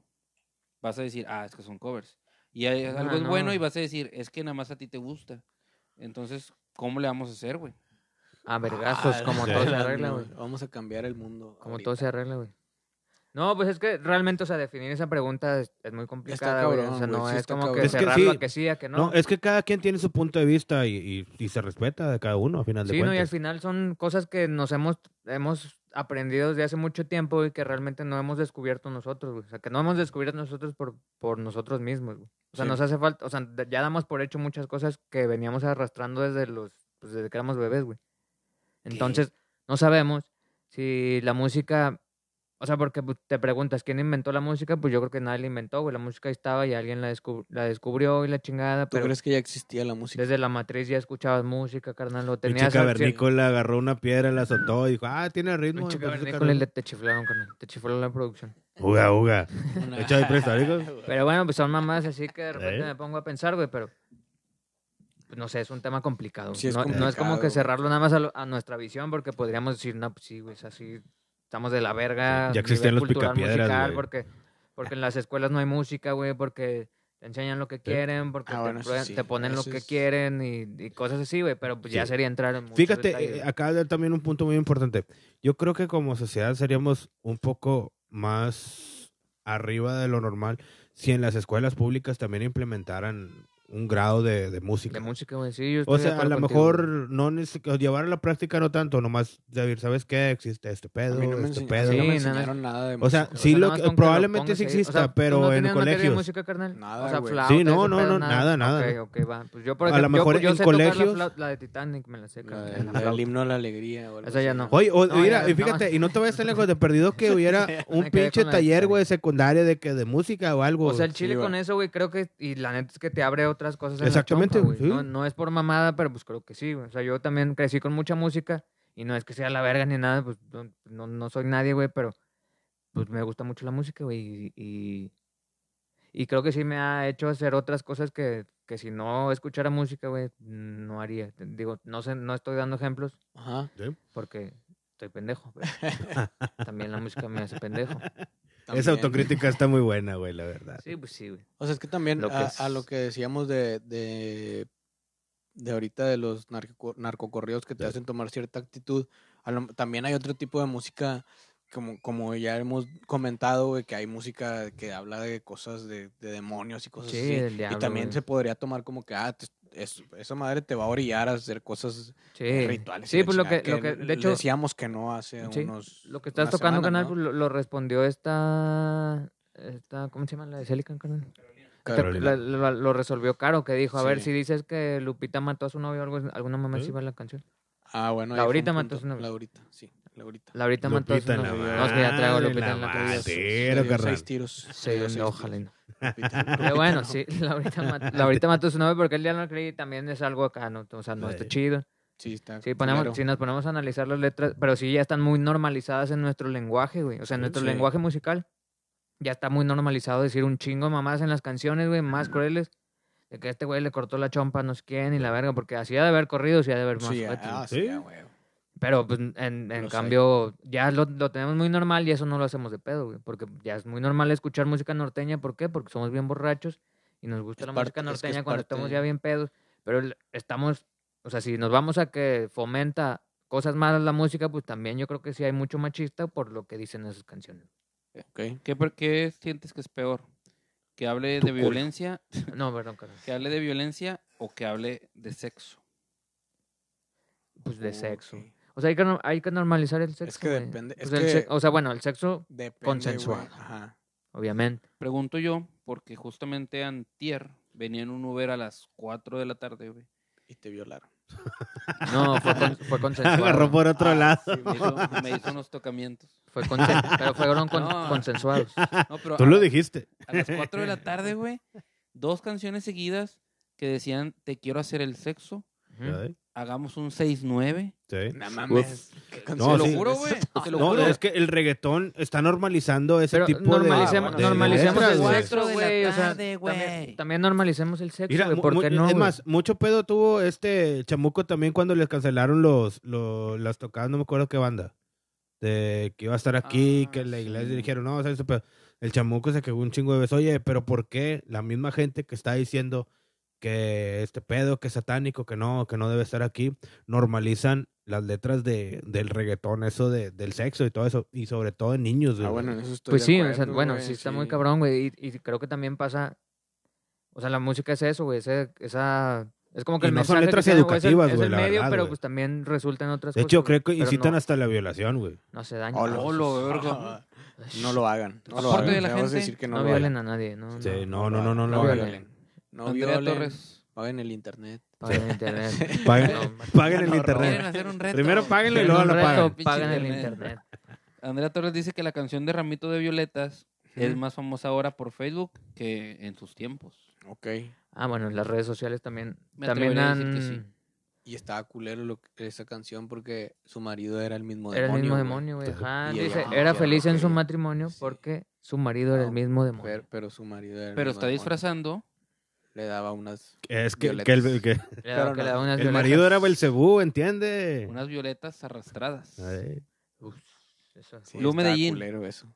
A: vas a decir, ah, es que son covers. Y hay-
E: No,
A: algo es
E: no.
A: bueno y vas a decir, es que nada más a ti te gusta. Entonces, ¿cómo le vamos a hacer, güey?
E: A vergazos,
B: Ah,
E: como
D: sí.
E: todo se
B: la
E: arregla,
B: madre.
E: güey.
B: Vamos a cambiar el mundo.
E: Como
B: ahorita.
E: todo se arregla, güey. No, pues es que realmente, o sea, definir esa pregunta es, es muy complicada, güey. O
B: cabrón,
E: sea,
B: güey,
E: no
B: sí
E: es
B: está
E: como que
B: cabrón.
D: Es que
E: cerrarlo
D: sí.
E: a que sí, a que no.
D: No, es que cada quien tiene su punto de vista y, y- y se respeta de cada uno, a final de
E: sí, no,
D: cuentas.
E: y al final son cosas que nos hemos, hemos aprendido desde hace mucho tiempo y que realmente no hemos descubierto nosotros, güey. O sea, que no hemos descubierto nosotros por, por nosotros mismos, güey. O sea,
B: Sí.
E: nos hace falta, o sea, da- ya damos por hecho muchas cosas que veníamos arrastrando desde los, pues, desde que éramos bebés, güey. Entonces, no sabemos si la música, o sea, porque pues, te preguntas, ¿quién inventó la música? Pues yo creo que nadie la inventó, güey. La música ahí estaba y alguien la, descub- la descubrió y la chingada,
B: ¿Tú
E: pero
B: crees que ya existía la
E: [LAUGHS]
B: música?
E: desde la matriz ya escuchabas música, carnal, lo
D: El
E: tenías... al- sí-
D: cavernícola agarró una piedra, la azotó y dijo, ah, tiene ritmo.
E: Pinche
D: me parece
E: cavernícola,
D: que-
E: le- te chiflaron, carnal. Te chiflaron la producción.
D: Uga, uga. Echa de presta, ¿digo?
E: Pero bueno, pues son mamás así que de repente
D: ¿Eh?
E: me pongo a pensar, güey, pero... pues, no sé, es un tema complicado.
B: Sí, es
E: no, no es como que
B: complicado.
E: cerrarlo nada más a, lo- a nuestra visión, porque podríamos decir, no, pues sí, güey, es así. Estamos de la verga.
D: Sí, ya
E: a
D: existían
E: nivel
D: los
E: cultural,
D: picapiedras, güey.
E: porque, porque en las escuelas no hay música, güey, porque te enseñan lo que quieren, porque
B: Ah,
E: te,
B: bueno, eso
E: prueban-
B: sí,
E: te ponen lo
B: eso
E: que
B: es-
E: quieren y, y cosas así, güey, pero pues ya
D: Sí.
E: sería entrar en muchos
D: Fíjate,
E: detalles,
D: eh,
E: güey.
D: acá de- también un punto muy importante. Yo creo que como sociedad seríamos un poco más arriba de lo normal si en las escuelas públicas también implementaran un grado de, de música.
E: De música, güey, sí, yo estoy
D: O
E: de
D: sea, a
E: acuerdo
D: lo
E: contigo, güey.
D: mejor no neces- llevar a la práctica no tanto, nomás saber, ¿sabes qué? Existe este
B: A
D: pedo,
B: mí no me,
D: este
B: enseñ-
D: pedo.
B: sí, no me
E: Sí, nada.
B: enseñaron nada de
D: O sea,
B: música,
D: sí
E: nada
D: lo
E: más
D: que-
E: con que lo
D: probablemente
E: pongas
D: sí
E: ahí.
D: exista,
E: ¿tú
D: pero en
E: tenías materia
D: colegios?
E: de música, carnal?
B: Nada,
E: o sea,
B: güey.
E: flauta,
D: Sí, no,
E: ese
D: no,
E: pedo,
D: no, nada, nada.
E: Ok, ok, va. Pues yo, por
D: A lo
E: ejemplo,
D: mejor
E: yo, yo
D: en
E: sé tocar la
D: colegios-
E: flau- La, de Titanic me la sé.
B: la
E: carnal,
B: del-
E: la
B: la del
E: flauta.
B: himno a la alegría. o algo
E: Esa ya
B: así.
E: no.
D: Oye, o-
E: No,
D: mira,
E: ya,
D: y
E: no.
D: fíjate, y no te vayas tan lejos de perdido
E: [LAUGHS]
D: que hubiera un
E: Me quedé
D: pinche
E: con la de
D: taller, güey,
E: Titanic.
D: secundaria de que de música o algo.
E: O sea, el
D: güey.
E: chile
B: sí,
E: con
B: güey.
E: eso, güey, creo que. Y la neta es que te abre otras cosas. En
D: Exactamente,
E: la chompa, güey.
D: sí.
E: No, no es por mamada, pero pues creo que sí, güey. O sea, yo también crecí con mucha música. Y no es que sea la verga ni nada, pues no, no, no soy nadie, güey, pero pues me gusta mucho la música, güey. Y, y, y creo que sí me ha hecho hacer otras cosas que, que si no escuchara música, güey, no haría. Digo, no sé, no estoy dando ejemplos
B: Ajá.
E: porque estoy pendejo. pero
D: [LAUGHS]
E: también la música me hace pendejo.
D: Esa
B: También.
D: autocrítica está muy buena, güey, la verdad.
E: Sí, pues sí, güey.
B: O sea, es que también
E: Lo que
B: a,
E: es-
B: a lo que decíamos de, de, de ahorita de los narco- narcocorridos que te
D: Sí.
B: hacen tomar cierta actitud, a lo- también hay otro tipo de música, como, como ya hemos comentado, güey, que hay música que habla de cosas de, de demonios y cosas
E: Sí,
B: así.
E: del diablo.
B: y también
E: güey.
B: se podría tomar como que, ah, te- es- esa madre te va a orillar a hacer cosas
E: Sí.
B: rituales. y
E: Sí,
B: la
E: pues lo
B: chingada
E: que, lo que, de hecho,
B: decíamos que no hace
E: sí,
B: unos...
E: lo que estás
B: una
E: tocando,
B: semana,
E: canal,
B: ¿no?
E: pues lo, lo respondió esta, esta, ¿cómo se llama la de Celican, canal? Esta- la-
D: Carolina.
E: la- lo resolvió Caro, que dijo, a ver,
B: Sí.
E: si dices que Lupita mató a su novio o algo, alguna mamá
D: ¿Eh?
E: se iba la canción.
B: Ah, bueno. ahí fue
E: Laurita
B: un
E: mató a
B: punto.
E: su novia.
B: Laurita, sí, Laurita.
E: Laurita mató a su
D: Lupita en la
E: novio. No, es que ya traigo
D: madre,
E: Lupita
D: la
E: en la
D: madre.
E: cabeza.
B: Le dio-
D: tiro,
B: le dio
D: carnal.
B: seis tiros.
E: Sí,
B: le dio seis
E: ojalá. y
B: tiros.
E: no.
B: Lupita,
E: Pero
B: Lupita,
E: bueno,
B: no.
E: sí, [LAUGHS] Laurita mató, Laurita mató a su novio porque él ya no creí también es algo acá, ¿no? O sea, no está
D: Sí.
E: chido.
B: Sí, está
E: Sí, ponemos-
B: culero.
E: si nos ponemos a analizar las letras, pero sí ya están muy normalizadas en nuestro lenguaje, güey. O sea, en
B: Sí,
E: nuestro
B: sí.
E: lenguaje musical ya está muy normalizado decir un chingo de mamadas en las canciones, güey, más crueles. De que a este güey le cortó la chompa a no sé quién y la verga, porque así ha de haber corrido, sí ha de haber más.
B: Sí,
E: ojetes,
B: ah,
E: güey.
B: sí,
D: Sí.
B: ah, güey.
E: pero pues en, en
B: Los hay.
E: cambio ya lo, lo tenemos muy normal y eso no lo hacemos de pedo, güey. Porque ya es muy normal escuchar música norteña, ¿por qué? Porque somos bien borrachos y nos gusta
B: Es
E: la
B: parte-
E: música
B: es que es
E: norteña cuando
B: parte-
E: estamos ya bien pedos. Pero el- estamos, o sea, si nos vamos a que fomenta cosas malas la música, pues también yo creo que sí hay mucho machista por lo que dicen esas canciones. [LAUGHS]
B: Ok.
A: ¿Qué, por qué sientes que es peor? ¿Que hable
B: Tu
A: de
B: culo.
A: violencia?
E: No, perdón, carnal.
A: ¿Que hable de violencia o que hable de sexo?
E: Pues de sexo.
B: Ok.
E: O sea, hay que, no- hay que normalizar el sexo.
B: que
E: güey.
B: depende-
E: Pues
B: es
E: el se-
B: que-
E: o sea, bueno, el sexo,
B: Depende,
E: Consensuado.
B: güey, Ajá.
E: obviamente.
A: Pregunto yo, porque justamente antier venía en un Uber a las 4 de la tarde, güey.
B: Y te violaron.
E: No,
B: [LAUGHS]
E: fue, con- fue consensuado.
D: [LAUGHS] Agarró por otro
B: Ah,
D: lado.
B: sí,
A: Me
B: güey.
A: hizo, me hizo unos tocamientos.
E: Fue consen- pero fueron con-
A: No.
E: consensuados.
A: No, pero
D: Tú
A: a
D: lo
A: la-
D: dijiste.
A: A las 4 de la tarde, güey, dos canciones seguidas que decían, te quiero hacer el sexo,
E: Ujú.
A: hagamos un 6-9.
D: Sí.
B: No mames. qué
A: Te
D: No,
A: lo
D: sí.
A: juro,
E: [LAUGHS]
A: güey. Te lo
D: No,
A: juro.
D: es que el reggaetón está normalizando ese
E: Pero
D: tipo
E: normalicemos,
D: de,
B: Ah,
D: de-
B: bueno,
E: normalicemos
D: letras,
E: el
D: güey.
E: sexo,
A: Cuatro de la
E: güey. O sea,
A: tarde, güey.
E: también, también normalicemos el sexo,
D: Mira,
E: güey.
D: mu-
E: ¿Por
D: mu-
E: qué no?
D: es
E: güey?
D: más, mucho pedo tuvo este chamuco también cuando les cancelaron los, lo- las tocadas, no me acuerdo qué banda. De que iba a estar aquí,
A: Ah,
D: que la iglesia
A: sí.
D: dijeron, no, o sea, este pedo. El chamuco se quedó un chingo de veces. Oye, pero ¿por qué la misma gente que está diciendo que este pedo, que es satánico, que no, que no debe estar aquí, normalizan las letras de, del reggaetón, eso de, del sexo y todo eso, y sobre todo en niños.
B: Ah,
D: güey.
B: bueno, en eso estoy
E: Pues
B: de
E: sí, o sea,
B: acuerdo,
E: bueno,
B: güey,
E: sí está muy cabrón, güey. Y, y creo que también pasa. O sea, la música es eso, güey. ese- Esa. Es como que
D: Y
E: el
D: no
E: mensaje
D: son
E: que
D: letras
E: tiene, güey,
D: educativas,
E: es el,
D: güey,
E: es el
D: la
E: medio,
D: verdad,
E: pero
D: güey.
E: pues también resulta en otras
D: De
E: cosas.
D: hecho, creo que
E: güey, pero
D: incitan
E: no,
D: hasta la violación, güey.
E: No se daña.
B: Hola.
A: Hola, verga.
B: Ah, No lo hagan. No lo
A: Aporte
B: hagan.
A: de la
B: Te vamos a
A: gente.
B: decir que
E: No,
B: no, lo
E: violen
B: hagan.
E: a nadie, ¿no?
D: Sí,
E: no,
D: no, no, no, no,
E: no
D: no.
B: lo
E: violen.
B: hagan. No
A: Andrea
B: violen.
A: Torres.
B: Paguen el internet.
E: Paguen internet.
D: Paguen-
E: No,
D: Paguen el
B: No,
A: Quieren
D: internet.
A: hacer un reto.
D: Primero páguenlo y
E: en
D: luego
E: un
D: lo
E: reto,
D: pagan.
A: Pinche
E: Pagan el
A: internet.
E: internet.
A: Andrea Torres dice que la canción de Ramito de Violetas es
B: Ujú.
A: más famosa ahora por Facebook que en sus tiempos.
B: Ok.
E: Ah, bueno, las redes sociales también.
A: Me
E: también
A: atrevería a
E: han.
A: decir que sí.
B: Y estaba culero lo que- esa canción porque su marido era el mismo
E: Era el
B: demonio.
E: mismo
B: güey.
E: demonio, güey.
D: Entonces,
E: Ajá,
B: y ella
E: dice,
B: no
E: era
B: quería
E: feliz en su
B: morir.
E: matrimonio
B: Sí.
E: porque su marido era el
B: No,
E: mismo demonio.
B: Pero, pero su marido era el
A: Pero
B: mismo
A: está
B: demonio.
A: disfrazando.
B: Le daba unas.
D: Es que,
B: Violetas.
D: que el, que
E: Le daba-
B: pero
E: que le
B: no,
E: daba unas
D: el
E: violetas.
D: marido era Belcebú, ¿entiende?
A: Unas violetas arrastradas.
D: Ay,
E: Uf, eso.
B: Sí,
A: Lu
B: estaba
A: Medellín.
B: culero eso.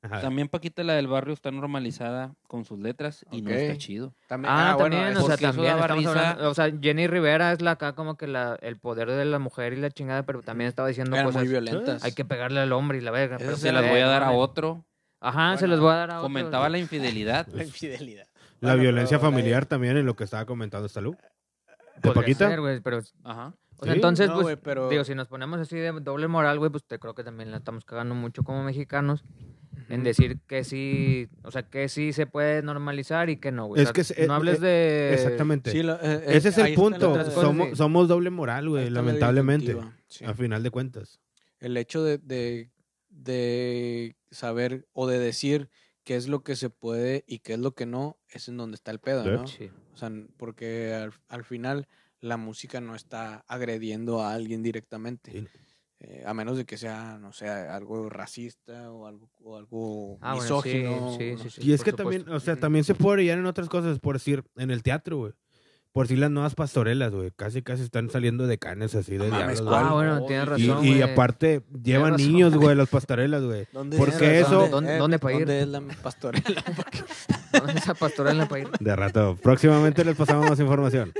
D: ajá.
A: También Paquita la del barrio está normalizada con sus letras y no
B: Ok.
A: está chido.
B: También-
E: Ah,
B: bueno,
E: también,
B: eso
E: o sea,
A: porque eso
E: también
A: daba
E: estamos
A: risa.
E: hablando- o sea, Jenny Rivera es la acá como que la, el poder de la mujer y la chingada, pero también estaba diciendo
B: eran muy
E: cosas,
B: violentas.
E: hay que pegarle al hombre y la verga.
B: Eso
E: pero
B: se
A: Se
E: pues,
A: las
E: eh,
A: voy a
E: no
A: dar a
E: mames.
A: otro.
E: Ajá, se
B: Bueno,
E: las voy a dar a otro.
A: Comentaba la infidelidad.
B: La infidelidad.
D: La
B: Bueno,
D: violencia
B: pero- eh,
D: familiar también en lo que estaba comentando esta luz. ¿De
E: Podría
D: Paquita?
E: ser, güey, pero,
A: Ajá.
E: o sea,
D: Sí,
E: entonces,
B: no,
E: pues,
B: güey, pero-
E: digo, si nos ponemos así de doble moral, güey, pues te creo que también la estamos cagando mucho como mexicanos en decir que sí, o sea, que sí se puede normalizar y que no, güey. O
D: Es
E: sea,
D: que es-
E: no
D: eh,
E: hables
D: eh,
E: de...
D: Exactamente.
B: Sí, lo- eh, eh,
D: Ese es el
B: ahí está la
D: punto.
B: otra-
E: Entonces,
D: Somos,
E: sí.
D: somos doble moral,
B: ahí
D: güey,
B: está la
D: lamentablemente.
B: disyuntiva, sí.
D: A final de cuentas.
B: El hecho de, de, de saber o de decir qué es lo que se puede y qué es lo que no, es en donde está el pedo,
D: Sí.
B: ¿no?
E: Sí.
B: O sea, n- porque al, al final la música no está agrediendo a alguien directamente.
D: Sí.
B: Eh, a menos de que sea, no sé, algo racista o algo, o algo
E: Ah, bueno, sí,
B: misógino.
E: sí,
B: no
E: sí,
B: sé.
E: sí.
D: Y es
E: por
D: que
E: supuesto.
D: también, o sea,
E: Ujú.
D: también se puede brillar en otras cosas, por decir, en el teatro, güey. Por decir las nuevas pastorelas, güey. Casi, casi están saliendo de canes así de
B: No mames,
D: diablos,
B: ¿cuál?
D: güey.
E: Ah, bueno, tienes
D: Y,
E: razón,
D: y
E: güey.
D: aparte, llevan
E: razón.
D: niños, güey, las pastorelas, güey.
B: ¿Dónde
D: Porque
B: ¿Dónde- eh,
D: eso-
E: ¿Dónde- dónde pa' ir?
B: ¿Dónde es la pastorela? Porque-
E: [LAUGHS] Esa pastorela para ir.
D: De rato. Próximamente les pasamos más información.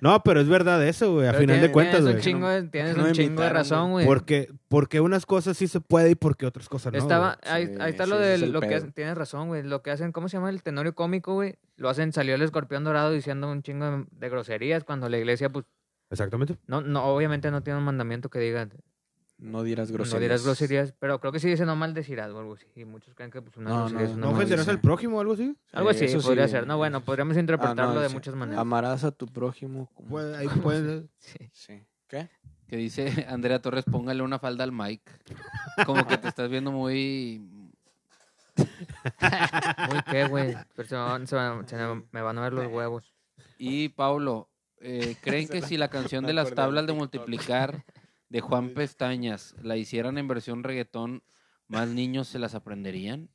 D: No, pero es verdad eso, güey. A final de cuentas,
E: tienes
D: güey.
E: eh, un chingo de, tienes
B: no
E: un
B: me
E: chingo de
B: invitaron,
E: razón, güey.
D: Porque, porque unas cosas sí se puede y porque otras cosas no.
E: Estaba,
B: güey.
E: ahí,
B: Sí,
E: ahí está
B: sí,
E: lo
B: ese
E: de
B: es el
E: lo que
B: pedo.
E: hacen, tienes razón, güey. Lo que hacen, ¿cómo se llama el tenorio cómico, güey? Lo hacen, salió el escorpión dorado diciendo un chingo de, de groserías cuando la iglesia, pues,
D: güey. Exactamente.
E: no, no, obviamente no tiene un mandamiento que diga
B: [LAUGHS] No dirás groserías.
E: no dirás groserías, pero creo que sí dice no maldecirás o algo así. Y muchos creen que pues una
B: No,
E: grosería
B: no,
E: es una
D: ¿No ofenderás
E: maldición.
B: dice.
D: al prójimo o algo así?
E: Algo
B: Sí,
E: así
B: eso sí,
E: podría
B: güey.
E: ser. No, bueno, podríamos
B: Ah, no,
E: interpretarlo de
B: dice,
E: muchas
B: [LAUGHS]
E: maneras.
B: Amarás a tu prójimo. como-
D: Puede- ahí puede-
E: Sí.
B: Sí. ¿Qué?
A: Que dice [LAUGHS] Andrea Torres, póngale una falda al Mike. Como que te estás viendo muy...
E: Muy qué, güey. Pero se me, van- se me- se me- me van a ver los huevos.
A: Y Pablo,
D: [LAUGHS]
A: eh, ¿creen que si la canción
B: me
A: de las
B: acordé de
A: tablas de
B: TikTok.
A: multiplicar
D: [LAUGHS]
A: de Juan Pestañas la hicieran en versión reggaetón, más niños se las aprenderían?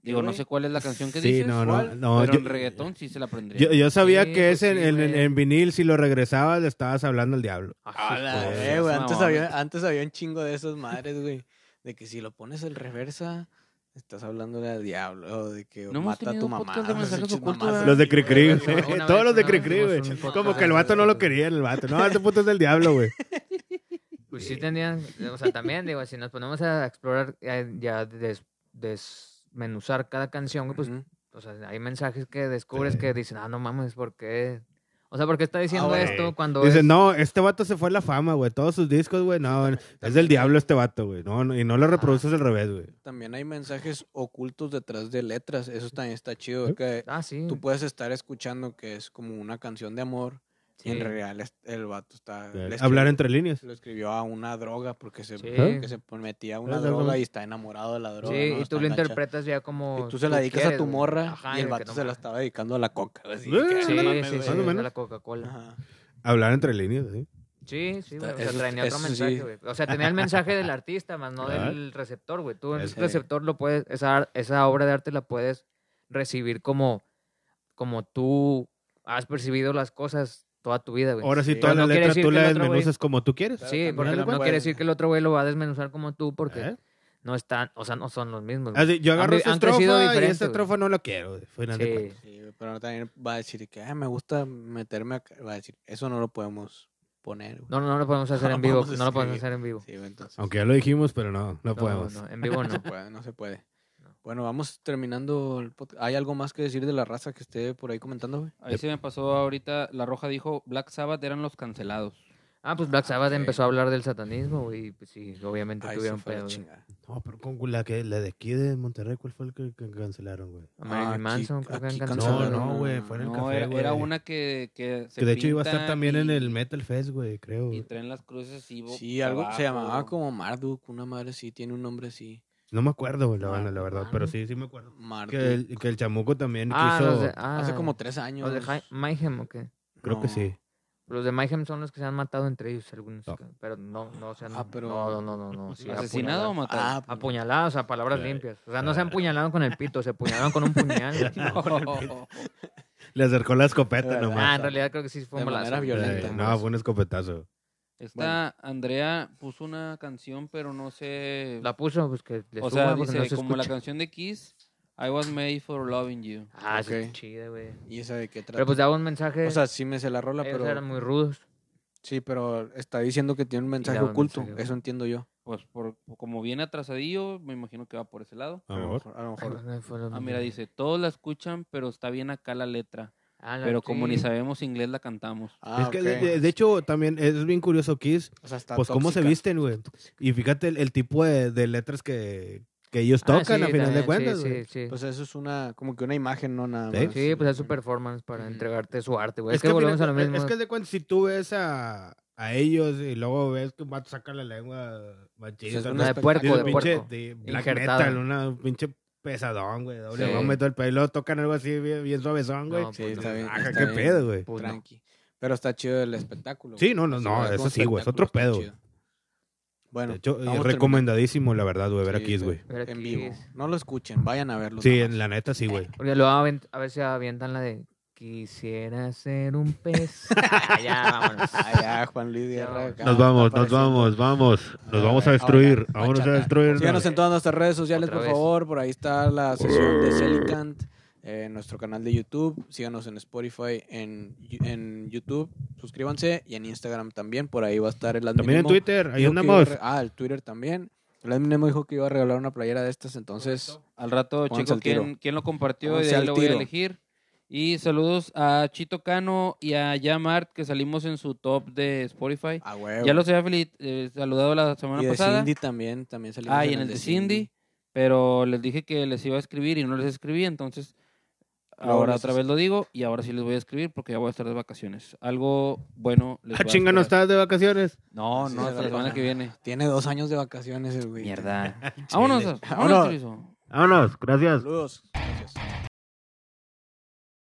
A: Digo, no
B: güey?
A: sé cuál es la canción que
D: Sí,
A: dices,
D: no, no,
A: ¿cuál?
D: no,
A: pero
D: yo-
A: en reggaetón sí se la aprenderían.
D: Yo, yo sabía
E: Sí,
D: que
E: pues
D: ese en,
E: sí,
D: en-
E: güey.
D: en vinil, si lo regresabas, le estabas hablando al diablo.
E: Ah,
D: la-
E: pues,
D: eh,
B: Eh, güey,
A: es
B: antes,
A: mamón.
B: había, antes había un chingo de esas madres, güey. De que si lo pones el reversa, estás hablándole al diablo. O de que
A: No hemos
B: mata a
A: tenido
B: tu
A: un
B: mamá.
A: podcast de
B: no sé,
A: mensajes
B: chis
A: ocultos,
B: mamadas
A: ¿verdad?
D: Los de
B: así, güey.
D: Cricri,
E: Ah, sí,
D: güey.
E: una
D: Todos
E: vez,
D: los de
E: una vez
D: Cricri, güey.
E: tuvimos un
D: Como
E: podcast
D: que el
E: de
D: vato no
E: esos,
D: lo
E: güey.
D: quería, el vato. No, este puto es del diablo,
E: [LAUGHS]
D: güey.
E: Pues sí tenían, o sea, también, digo, si nos ponemos a explorar, ya, ya des- desmenuzar cada canción, güey, pues,
B: Ujú.
E: o sea, hay mensajes que descubres
D: Sí.
E: que dicen, ah, no mames, ¿por qué? O sea, ¿por qué está diciendo
B: Ah, güey.
E: esto cuando
D: Dice,
E: es-
D: no, este vato se fue a la fama, güey. Todos sus discos,
E: [LAUGHS]
D: güey, no, güey, es del diablo este vato, güey. No, no, y no lo reproduces al revés, güey.
B: También hay mensajes ocultos detrás de letras. Eso también está chido. güey, Que
E: Ah, sí.
B: tú puedes estar escuchando que es como una canción de amor. Y
E: sí.
B: en realidad es- el vato está. le
D: Hablar
B: escribió-
D: entre líneas.
B: Lo escribió a una droga porque se,
E: Sí.
B: porque se metía a una
D: Es algo-
B: droga y está enamorado de la droga.
E: Sí,
B: ¿no?
E: y
B: Está
E: tú lo
B: enganchado.
E: interpretas ya como.
B: Y tú se la dedicas a
E: quieres,
B: tu
E: güey.
B: morra
E: Ajá,
B: y el
E: de que
B: vato
E: no
B: se la
E: mames.
B: estaba dedicando a la coca. así
D: Eh,
B: que- "Ah,
E: Sí,
D: Ándale,
E: sí,
D: güey,
E: sí,
D: más
E: sí,
D: o
E: de
D: menos.
E: la Coca-Cola.
B: Ajá.
D: Hablar entre líneas, ¿sí?
E: Sí, sí, güey. O sea,
B: Eso-
E: tenía otro
B: eso sí.
E: mensaje, güey. O sea, tenía el mensaje del artista, más no
D: Ajá.
E: del receptor, güey. Tú, el
D: Ese.
E: receptor, lo puedes. Esa, ar- esa obra de arte la puedes recibir como, como tú has percibido las cosas toda tu vida, güey.
D: Ahora sí,
B: Sí.
D: toda
E: Pero no
D: la
E: quiere
D: letra
E: decir
D: tú
E: que el
D: la
E: otro güey-
D: desmenuzas como tú quieres.
B: Claro,
E: Sí,
B: también
E: porque
D: al
E: no
D: cual.
E: quiere decir que el otro güey lo va a desmenuzar como tú, porque
D: ¿Eh?
E: no están, o sea, no son los mismos. güey.
D: Así, yo
E: Han
D: agarro
E: vi-
D: esta
E: han crecido
D: estrofa y
E: diferente,
D: esta
E: güey.
D: estrofa no la quiero, güey. Final de
E: Sí.
D: cuentas.
B: Sí, güey, pero también va a decir que "Ah, me gusta meterme acá", Va a decir, eso no lo podemos poner. güey".
E: No, no, no lo
B: [LAUGHS]
E: podemos hacer
B: No
E: en vivo.
B: podemos
E: No lo podemos
B: escribir.
E: hacer en vivo.
B: Sí, güey, entonces.
D: Aunque ya lo dijimos, pero no, no
E: No,
D: podemos.
E: no, en vivo
B: No se
E: no.
B: puede, no se puede.
E: No.
B: Bueno, vamos terminando el podcast. ¿Hay algo más que decir de la raza que esté por ahí comentando, güey?
A: Ahí se me pasó ahorita, La Roja dijo, Black Sabbath eran los cancelados.
E: Ah, pues Black Sabbath
B: ok.
E: empezó a hablar del satanismo güey, y pues sí, obviamente
B: Ahí se
E: tuvieron
B: fue la
E: pedo. güey.
B: chingada.
D: No, pero con la, que, la de aquí de Monterrey, ¿cuál fue el que, que cancelaron, güey?
E: A Marilyn
B: aquí-
E: Manson, creo que
B: Ah, aquí
E: han
D: No,
E: cancelado.
D: no, güey, fue en el
A: No,
D: café,
A: era,
D: güey.
A: era una que, que se
D: Que de hecho iba a estar
A: pintan
D: también en
A: y-
D: el Metal Fest, güey, creo.
A: Y
D: güey.
A: traen las cruces así. bo-
B: Sí, algo se
A: abajo.
B: llamaba como Marduk, una madre así, tiene un nombre así.
D: No me acuerdo, güey, la, banda, la
E: Ah,
D: verdad,
E: ah,
D: pero
E: no.
D: sí, sí me acuerdo.
B: Marduk.
D: Que el, que el chamuco también
E: Ah,
D: quiso.
E: los de, ah,
B: Hace como tres años.
E: los de Hi- Mayhem, ¿o qué?
D: Creo que
B: No.
D: sí.
E: Los de Mayhem son los que se han matado entre ellos algunos.
D: No.
E: que- Pero no, no, o sea,
B: Ah,
E: no,
B: pero-
E: no, no, no, no. sí,
A: ¿Asesinado o
E: apuñalado.
A: matado?
B: Ah,
E: Apuñalados, o sea, palabras
B: Eh,
D: Sí.
E: limpias. O sea, no se apuñalaron con el pito, se apuñalaron con un
B: [LAUGHS]
E: puñal. güey.
A: [LAUGHS]
D: Le acercó la escopeta
B: Era-
D: nomás.
E: Ah, en realidad creo que sí pues, fue un
B: De
E: balazo.
B: manera
E: güey.
B: violenta.
D: Eh, no, fue un escopetazo.
A: Esta Andrea puso una canción, pero no sé.
E: La puso, pues que le
A: o
E: suba,
A: sea,
E: porque
A: dice,
E: no se
A: como la
E: escucha.
A: canción de Kiss, I was made for loving you.
E: Ah, sí,
B: Ok.
E: está chida, güey.
B: ¿Y esa de qué trata?
E: Pero pues daba un mensaje.
B: o sea, sí me se la rola,
E: ellos
B: pero
E: eran muy rudos.
B: sí, pero está diciendo que tiene un mensaje
E: daba un
B: oculto.
E: mensaje, güey.
B: Eso entiendo yo.
A: pues por, como viene atrasadillo, me imagino que va por ese lado.
D: A lo mejor.
B: A lo mejor.
A: Ah, mira, dice, todos la escuchan, pero está bien acá la letra.
E: Ah, la-
A: Pero como ni
E: sí.
A: sabemos inglés, la cantamos.
B: Ah,
D: es que de-
B: ok.
D: de, de hecho también es bien curioso Kiss,
B: O sea, está
D: pues cómo se
B: tóxica.
D: visten, güey. Y fíjate el, el tipo de, de letras que, que ellos
E: Ah,
D: tocan
E: sí,
D: a Pues final
E: también,
D: de cuentas,
E: Sí,
D: güey.
E: sí, sí.
B: Pues eso es una, como que una imagen, no nada
D: Sí.
B: más.
E: Sí, pues es su performance para
A: Ujú.
E: entregarte su arte, güey. Es, que,
D: al
E: volvemos a
D: final-
E: lo mismo.
D: es que haz de cuentas, si tú ves a, a ellos y luego ves que un vato saca la lengua machín,
B: O sea, es
D: o sea,
B: una
E: de
B: espect-
E: puerco,
D: dices,
E: de
D: pinche
E: puerco.
D: de black
E: Injertada.
D: metal, una un pinche pesadón, güey, doble
E: Sí.
D: goma y todo el pelo, tocan algo así bien, bien suavezón, güey.
E: No,
B: Sí,
E: pues,
B: está bien.
D: Ajá,
B: está
D: qué
B: bien,
D: pedo, güey.
E: Pues no.
B: Tranqui. Pero está chido el espectáculo.
D: Sí,
B: güey.
D: no, no, no,
B: es
D: eso
B: un
D: sí, güey, es otro
B: espectáculo,
D: pedo.
B: está chido. Bueno,
D: De hecho, y
B: vamos
D: recomendadísimo, la verdad, güey, ver a
B: Sí,
D: Kiss,
B: sí.
D: güey.
E: Ver
B: terminando. En
E: aquí
B: vivo.
E: es-
B: No lo escuchen, vayan a verlo.
D: Sí,
B: nada
D: en la neta sí, güey.
E: Porque luego avent- a ver si avientan la de Quisiera ser un
A: [LAUGHS]
E: pez. ya, vámonos.
B: más. Ah, ya, Juan
E: [LAUGHS]
B: Luis Guerra. acá
D: Nos
B: está
D: vamos, nos
B: apareciendo.
D: vamos, vamos. Nos
B: Ah,
D: vamos a
B: ahora,
D: destruir. Vámonos a
B: bachata.
D: destruir.
B: Síganos en todas nuestras redes sociales,
E: Otra
B: por
E: vez.
B: favor. Por ahí está la sesión de Celicant, eh, en nuestro canal de YouTube. Síganos en Spotify, en, en YouTube. Suscríbanse y en Instagram también. Por ahí va a estar el
D: También en
B: adminemo.
D: Twitter, ahí
B: Dijo que iba a
D: andamos.
B: re- Ah, el Twitter también. El adminemo dijo que iba a regalar una playera de estas, entonces.
A: Al rato,
B: Pónganse
A: chico,
B: al tiro.
A: quién, quién lo compartió
B: Pónganse
A: y de ahí
B: al
A: lo voy a
B: tiro.
A: elegir. Y saludos a Chito Cano y a Yamart, que salimos en su top de Spotify.
B: A huevo.
A: Ya los había feli- eh, saludado la semana
B: y de
A: pasada.
B: Cindy también, también salimos
A: Ah, y en el de Cindy. Pero les dije que les iba a escribir y no les escribí, entonces
B: Luego
A: ahora
B: les
A: otra vez lo digo y ahora sí les voy a escribir porque ya voy a estar de vacaciones. Algo bueno les
D: Ah,
A: va a
D: chinga, no
A: esperar.
D: estás de vacaciones.
A: No,
B: Sí,
A: no,
B: se
A: hasta
B: la
A: la semana
B: pasa.
A: que viene.
B: Tiene dos años de vacaciones el güey.
A: Mierda. Vámonos,
B: Vámonos.
D: Ah,
A: vámonos, Chorizo.
D: Vámonos,
B: [LAUGHS]
D: gracias.
B: Saludos.